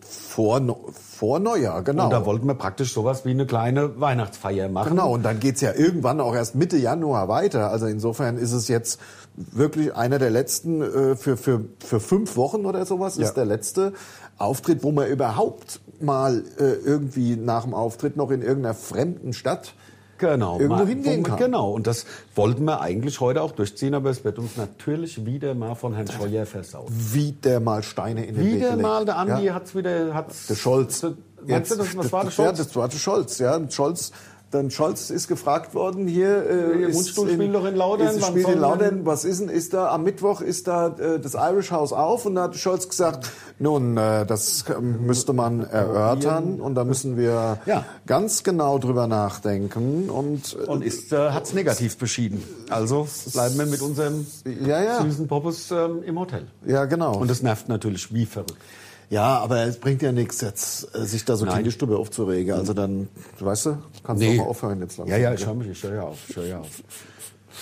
B: vor, No- vor Neujahr, genau.
C: Und da wollten wir praktisch sowas wie eine kleine Weihnachtsfeier machen.
B: Genau, und dann geht's ja irgendwann auch erst Mitte Januar weiter. Also insofern ist es jetzt wirklich einer der letzten, äh, für, für, für fünf Wochen oder sowas,
C: Ja.
B: ist der letzte Auftritt, wo man überhaupt mal äh, irgendwie nach dem Auftritt noch in irgendeiner fremden Stadt.
C: Genau.
B: Irgendwo
C: mal-
B: hingehen
C: wo man-
B: kann.
C: Genau. Und das wollten wir eigentlich heute auch durchziehen, aber es wird uns natürlich wieder mal von Herrn Scheuer versaut.
B: Wieder mal Steine in den Weg
C: Wieder
B: gelegt.
C: mal, der Andi
B: Ja.
C: hat's wieder, hat's...
B: Der Scholz.
C: Meinst du, das, was war der
B: Ja,
C: Scholz?
B: das war der Scholz, ja. Und Scholz. Dann Scholz ist gefragt worden, hier äh,
C: Ihr
B: ist
C: Mundstuhl spielt doch in Laudern,
B: Ist,
C: wann
B: spielt in
C: soll man-
B: Laudern. Was ist denn? Ist da am Mittwoch ist da äh, das Irish House auf und da hat Scholz gesagt, nun äh, das äh, müsste man erörtern und da müssen wir
C: Ja.
B: ganz genau drüber nachdenken und, äh,
C: und ist, äh, hat's negativ beschieden. Also bleiben wir mit unserem
B: äh, Ja, ja.
C: süßen Poppes ähm, im Hotel.
B: ja genau.
C: Und das nervt natürlich wie verrückt.
B: Ja, aber es bringt ja nichts, jetzt äh, sich da so
C: Nein.
B: gegen die Stube aufzuregen. Also dann, weißt du, kannst du
C: Nee.
B: auch mal aufhören jetzt langsam.
C: Ja, ja, ich höre mich, ich höre ja auf, ich höre ja auf.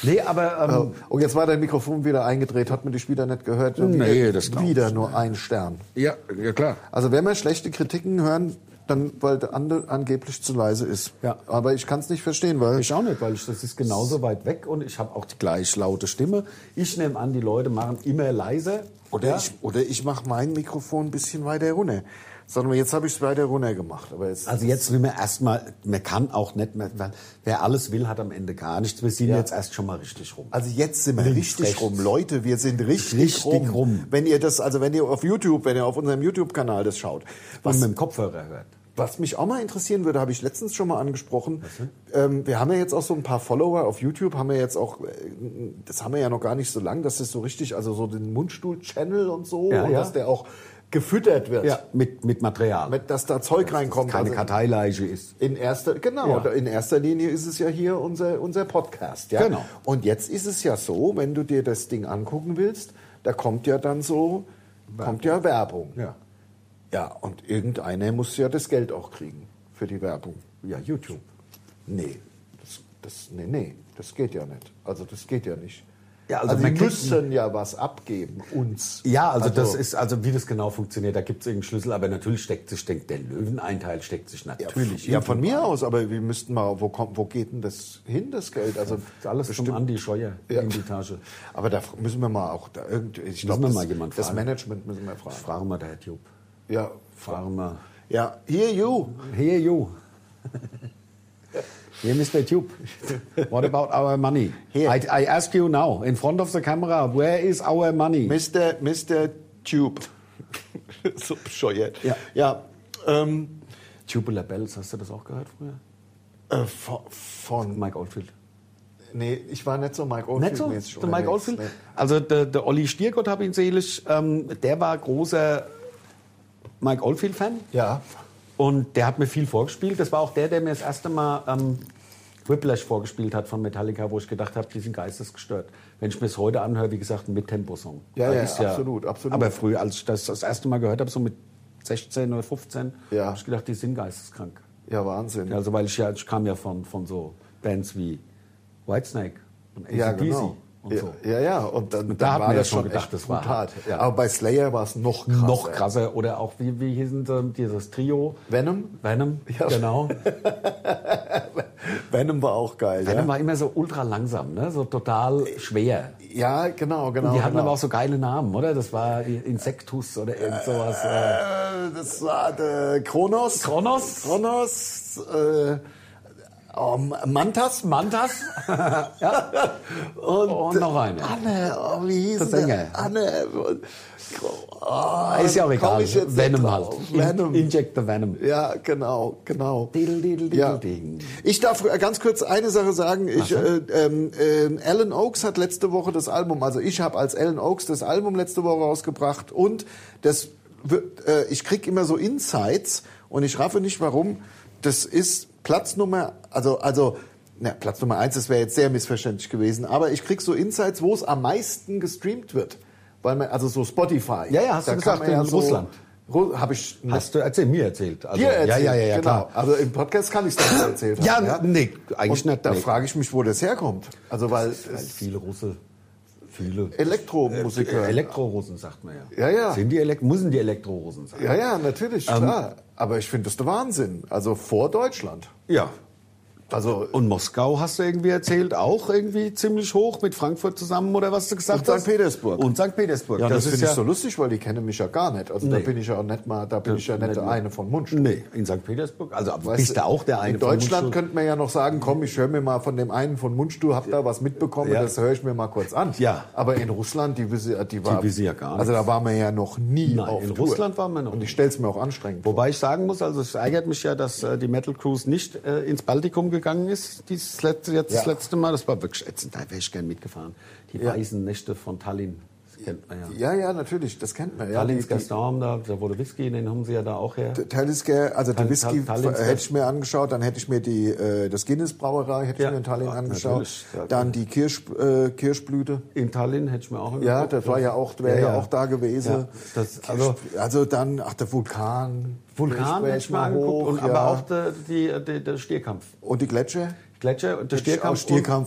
C: Nee, aber ähm,
B: Und Oh, jetzt war dein Mikrofon wieder eingedreht, hat man dich wieder nicht gehört. Und
C: Nee,
B: wieder,
C: das glaub ich
B: wieder nur ein Stern.
C: ja, ja klar.
B: Also wenn wir schlechte Kritiken hören, dann weil der andere angeblich zu leise ist.
C: Ja.
B: Aber ich kann es nicht verstehen, weil
C: Ich auch nicht, weil ich, das ist genauso weit weg und ich habe auch die gleich laute Stimme. Ich nehme an, die Leute machen immer leiser.
B: oder
C: ja?
B: ich oder ich mache mein Mikrofon ein bisschen weiter runter. Sagen wir, jetzt habe ich es weiter runter gemacht, aber jetzt
C: Also jetzt will man erstmal, man kann auch nicht mehr, weil wer alles will, hat am Ende gar nichts. Wir sind jetzt erst schon mal richtig rum.
B: Also jetzt sind wir
C: Links,
B: richtig
C: rechts.
B: rum, Leute, wir sind richtig,
C: Richtig
B: rum.
C: rum.
B: Wenn ihr das, also wenn ihr auf YouTube, wenn ihr auf unserem YouTube-Kanal das schaut,
C: Was
B: was,
C: man mit dem Kopfhörer hört.
B: was mich auch mal interessieren würde, habe ich letztens schon mal angesprochen. Ähm, wir haben ja jetzt auch so ein paar Follower auf YouTube, haben wir jetzt auch, äh, das haben wir ja noch gar nicht so lang, dass das so richtig, also so den Mundstuhl-Channel und so,
C: Ja,
B: und
C: ja.
B: dass der auch gefüttert wird,
C: Mit, mit Material.
B: mit, dass da Zeug reinkommt.
C: Keine
B: also,
C: Karteileiche ist.
B: in erster, genau,
C: Ja.
B: in erster Linie ist es ja hier unser, unser Podcast. Ja?
C: Genau.
B: Und jetzt ist es ja so, wenn du dir das Ding angucken willst, da kommt ja dann so, kommt ja Werbung.
C: Ja.
B: Ja, und irgendeiner muss ja das Geld auch kriegen für die Werbung.
C: Ja, YouTube.
B: Nee, das, das, nee, nee, das geht ja nicht. Also das geht ja nicht.
C: Ja, also
B: also
C: man
B: die
C: kriegt-
B: müssen ja was abgeben, uns.
C: Ja, also, das ist, also wie das genau funktioniert, da gibt es irgendeinen Schlüssel, aber natürlich steckt sich, denkt der Löweneinteil steckt sich natürlich.
B: Ja,
C: irgendwo
B: von mir aus, aber wir müssten mal, wo, kommt, wo geht denn das hin, das Geld? Also
C: Ist alles zum Andi Scheuer
B: Ja.
C: in die Tasche.
B: Aber da f- müssen wir mal auch da irgendwie, ich glaube,
C: wir
B: das,
C: mal jemand
B: das
C: fragen.
B: Management müssen wir fragen.
C: Fragen wir da, Herr Tube.
B: Ja,
C: Fragen wir.
B: ja, here you.
C: Here you. Here, Mr. Tube. What about our money?
B: Here.
C: I, I ask you now, in front of the camera, where is our money?
B: Mr. Mr. Tube. *laughs* so bescheuert.
C: Ja.
B: ja ähm,
C: Tubular Bells, hast du das auch gehört früher?
B: äh, von, von,
C: Mike Oldfield.
B: nee, ich war nicht so Mike
C: Nicht
B: Oldfield.
C: so?
B: mäßig
C: Der Mike
B: unterwegs,
C: Oldfield?
B: nee.
C: Also der, der Olli Stiergott, habe ihn selig, ähm, der war großer Mike Oldfield-Fan.
B: Ja.
C: Und der hat mir viel vorgespielt. Das war auch der, der mir das erste Mal ähm, Whiplash vorgespielt hat von Metallica, wo ich gedacht habe, die sind geistesgestört. Wenn ich mir das heute anhöre, wie gesagt, ein Mittempo-Song.
B: Ja,
C: Da
B: ja, absolut, absolut.
C: Aber früher, als ich das das erste Mal gehört habe, so mit 16 oder 15,
B: Ja.
C: habe ich gedacht, die sind geisteskrank.
B: Ja, Wahnsinn.
C: Ja, Also weil ich ja, ich kam ja von, von so Bands wie Whitesnake und ACDC
B: Ja, genau.
C: und so.
B: ja, ja, ja, und dann,
C: da
B: dann
C: hat
B: war
C: man ja
B: das
C: schon
B: schon
C: gedacht,
B: echt
C: das war
B: brutal.
C: hart. Ja.
B: Aber bei Slayer war es noch krasser.
C: Noch krasser. Oder auch, wie, wie hießen sie, dieses Trio?
B: Venom?
C: Venom,
B: Ja.
C: genau.
B: Venom war auch geil.
C: Venom war immer so ultra langsam, ne? so total schwer.
B: ja? ja, genau, genau.
C: Die hatten
B: genau.
C: aber auch so geile Namen, oder? Das war Insectus oder irgend sowas. Äh,
B: Äh, das war der Kronos.
C: Kronos?
B: Kronos. Äh, ähm, Mantas.
C: Mantas? *laughs* ja.
B: Und,
C: Und noch eine.
B: Anne. Oh, wie hieß
C: Der
B: der?
C: Sänger.
B: Anne. und- Oh,
C: Ist ja auch
B: komm
C: egal.
B: ich jetzt nicht
C: Venom halt.
B: drauf.
C: Venom.
B: Venom.
C: Inject the Venom.
B: ja, genau, genau.
C: Diddle, diddle, diddle,
B: Ja.
C: ding.
B: Ich darf äh, ganz kurz eine Sache sagen. Ich, äh, ähm, äh, Alan Oakes hat letzte Woche das Album, also ich habe als Alan Oakes das Album letzte Woche rausgebracht und das wird, äh, ich krieg immer so Insights und ich raffe nicht warum. Das ist Platz Nummer, also also na, Platz Nummer eins, das wäre jetzt sehr missverständlich gewesen, aber ich krieg so Insights, wo es am meisten gestreamt wird, weil man also so Spotify.
C: Ja, ja, hast
B: Da
C: du
B: kann
C: gesagt,
B: man
C: in Russland.
B: Ru habe ich
C: Hast du erzählt, mir erzählt. Also,
B: dir erzählt.
C: Ja, ja, ja, ja
B: genau.
C: klar.
B: Also im Podcast kann ich es nicht erzählt haben.
C: Ja, nee, eigentlich
B: Und
C: nicht.
B: Da
C: nee.
B: frage ich mich, wo das herkommt. Also weil
C: Weil
B: es
C: viele Russen, viele Äh,
B: Elektromusiker.
C: Elektrorussen sagt man ja.
B: Ja, ja.
C: Sind die Elek müssen die Elektrorussen sein?
B: ja, ja, natürlich,
C: Ähm.
B: klar. Aber ich finde das der Wahnsinn. Also vor Deutschland.
C: ja.
B: Also
C: Und Moskau hast du irgendwie erzählt, auch irgendwie ziemlich hoch mit Frankfurt zusammen oder was du gesagt
B: Und
C: hast?
B: St. Petersburg.
C: Und St. Petersburg.
B: ja, das, finde ich so lustig, weil die kennen mich ja gar nicht. Also
C: Nee.
B: da bin ich ja auch nicht mal, da bin ich ja nicht der eine von Mund.
C: Nee, in St. Petersburg. Also bist du auch der eine
B: In Deutschland
C: von
B: könnte man ja noch sagen, komm, ich höre mir mal von dem einen von Mundstuhl, hab da was mitbekommen,
C: Ja.
B: das höre ich mir mal kurz an.
C: Ja.
B: Aber in Russland, die wissen die war,
C: Die wissen ja gar
B: Also da waren wir ja noch nie
C: Nein,
B: auf
C: in
B: Tour.
C: Russland waren wir noch
B: Und
C: nie.
B: ich stell's mir auch anstrengend vor.
C: Wobei ich sagen muss, also es ärgert mich ja, dass äh, die Metal Cruise nicht äh, ins Baltikum gegangen ist. Dieses letzte, jetzt das
B: Ja.
C: letzte Mal, das war wirklich ätzend. Da wäre ich gern mitgefahren. Die weißen Nächte von Tallinn. kennt man ja.
B: Ja, ja, natürlich, das kennt man. Ja,
C: Tallinsker Storm, da, da wurde Whisky, den haben sie ja da auch her.
B: Tallisker, also die
C: Tal-
B: Whisky
C: Tal- Tallinsker.
B: hätte ich mir angeschaut, dann hätte ich mir die äh, das Guinness Brauerei hätte ich
C: Ja.
B: mir in Tallinn
C: Ja,
B: angeschaut,
C: natürlich. Ja,
B: dann die Kirsch, äh, Kirschblüte.
C: In Tallinn hätte ich mir auch
B: Ja,
C: angeguckt.
B: das war ja auch, wäre ja,
C: ja.
B: auch da gewesen.
C: Ja, das-
B: Kirsch-
C: also-
B: also dann, ach der Vulkan,
C: Vulkan hätte ich mir angeguckt, und,
B: ja.
C: aber auch der, die, der, der Stierkampf.
B: und die Gletscher.
C: Gletscher und der
B: Hätte ich auch
C: Stierkampf.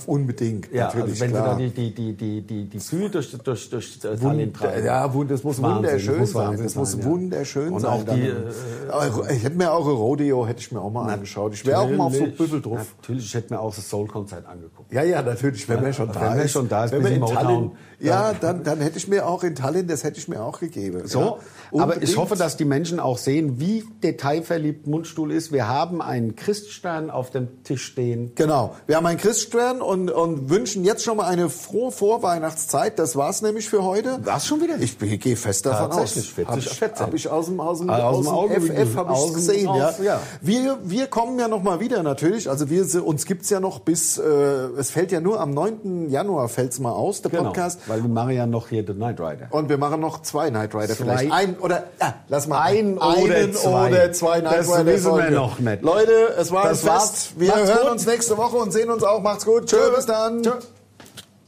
B: Stierkampf unbedingt,
C: Ja,
B: natürlich
C: also wenn
B: klar.
C: sie da die, die, die, die, die, die Kühe durch, durch, durch äh, Tallinn treiben.
B: Ja, wund- das muss
C: Wahnsinn,
B: wunderschön
C: muss
B: sein.
C: Wahnsinn
B: Das muss
C: sein, ja.
B: wunderschön
C: Und
B: sein.
C: auch die, äh,
B: dann. Aber ich hätte mir auch ein Rodeo hätte ich mir auch mal angeschaut. Ich wäre auch mal auf so
C: Natürlich,
B: Büffel drauf.
C: Natürlich, ich hätte mir auch das Soul-Konzert angeguckt.
B: Ja, ja, natürlich, wenn man schon da
C: wenn man
B: ist.
C: schon da ist,
B: wenn
C: bis
B: man in
C: in
B: Tallinn,
C: Motown.
B: ja, dann, dann hätte ich mir auch in Tallinn, das hätte ich mir auch gegeben.
C: So,
B: ja.
C: aber ich
B: Unbedingt.
C: hoffe, dass die Menschen auch sehen, wie detailverliebt Mundstuhl ist. Wir haben einen Christstern auf dem Tisch stehen.
B: Genau. Wir haben einen Christstern und, und wünschen jetzt schon mal eine frohe Vorweihnachtszeit. Das war's nämlich für heute.
C: War's schon wieder?
B: Ich bin- gehe fest davon aus.
C: Tatsächlich, 40,
B: Hab ich,
C: 14.
B: hab ich aus dem, aus dem,
C: Ah, aus dem
B: aus dem
C: Auge
B: FF
C: gesehen.
B: habe ich
C: Aus dem-
B: gesehen.
C: aus-
B: ja.
C: ja.
B: Wir, wir kommen ja noch mal wieder natürlich. Also wir, se- uns gibt's ja noch bis, äh, es fällt ja nur am 9. Januar fällt's mal aus, der Podcast.
C: genau, Weil wir machen ja noch hier The Night Rider.
B: Und wir machen noch zwei Night Rider
C: Zwei.
B: vielleicht. Ein oder ja, lass mal
C: Ein oder
B: einen
C: zwei.
B: oder zwei Night
C: Das
B: Rider
C: wissen wir
B: Folge.
C: noch nicht.
B: Leute, es war
C: Das
B: ein Fest.
C: war's.
B: Wir
C: Macht's
B: hören
C: gut.
B: uns nächste Woche und sehen uns auch. Macht's gut. Tschö, bis dann.
C: Tschö.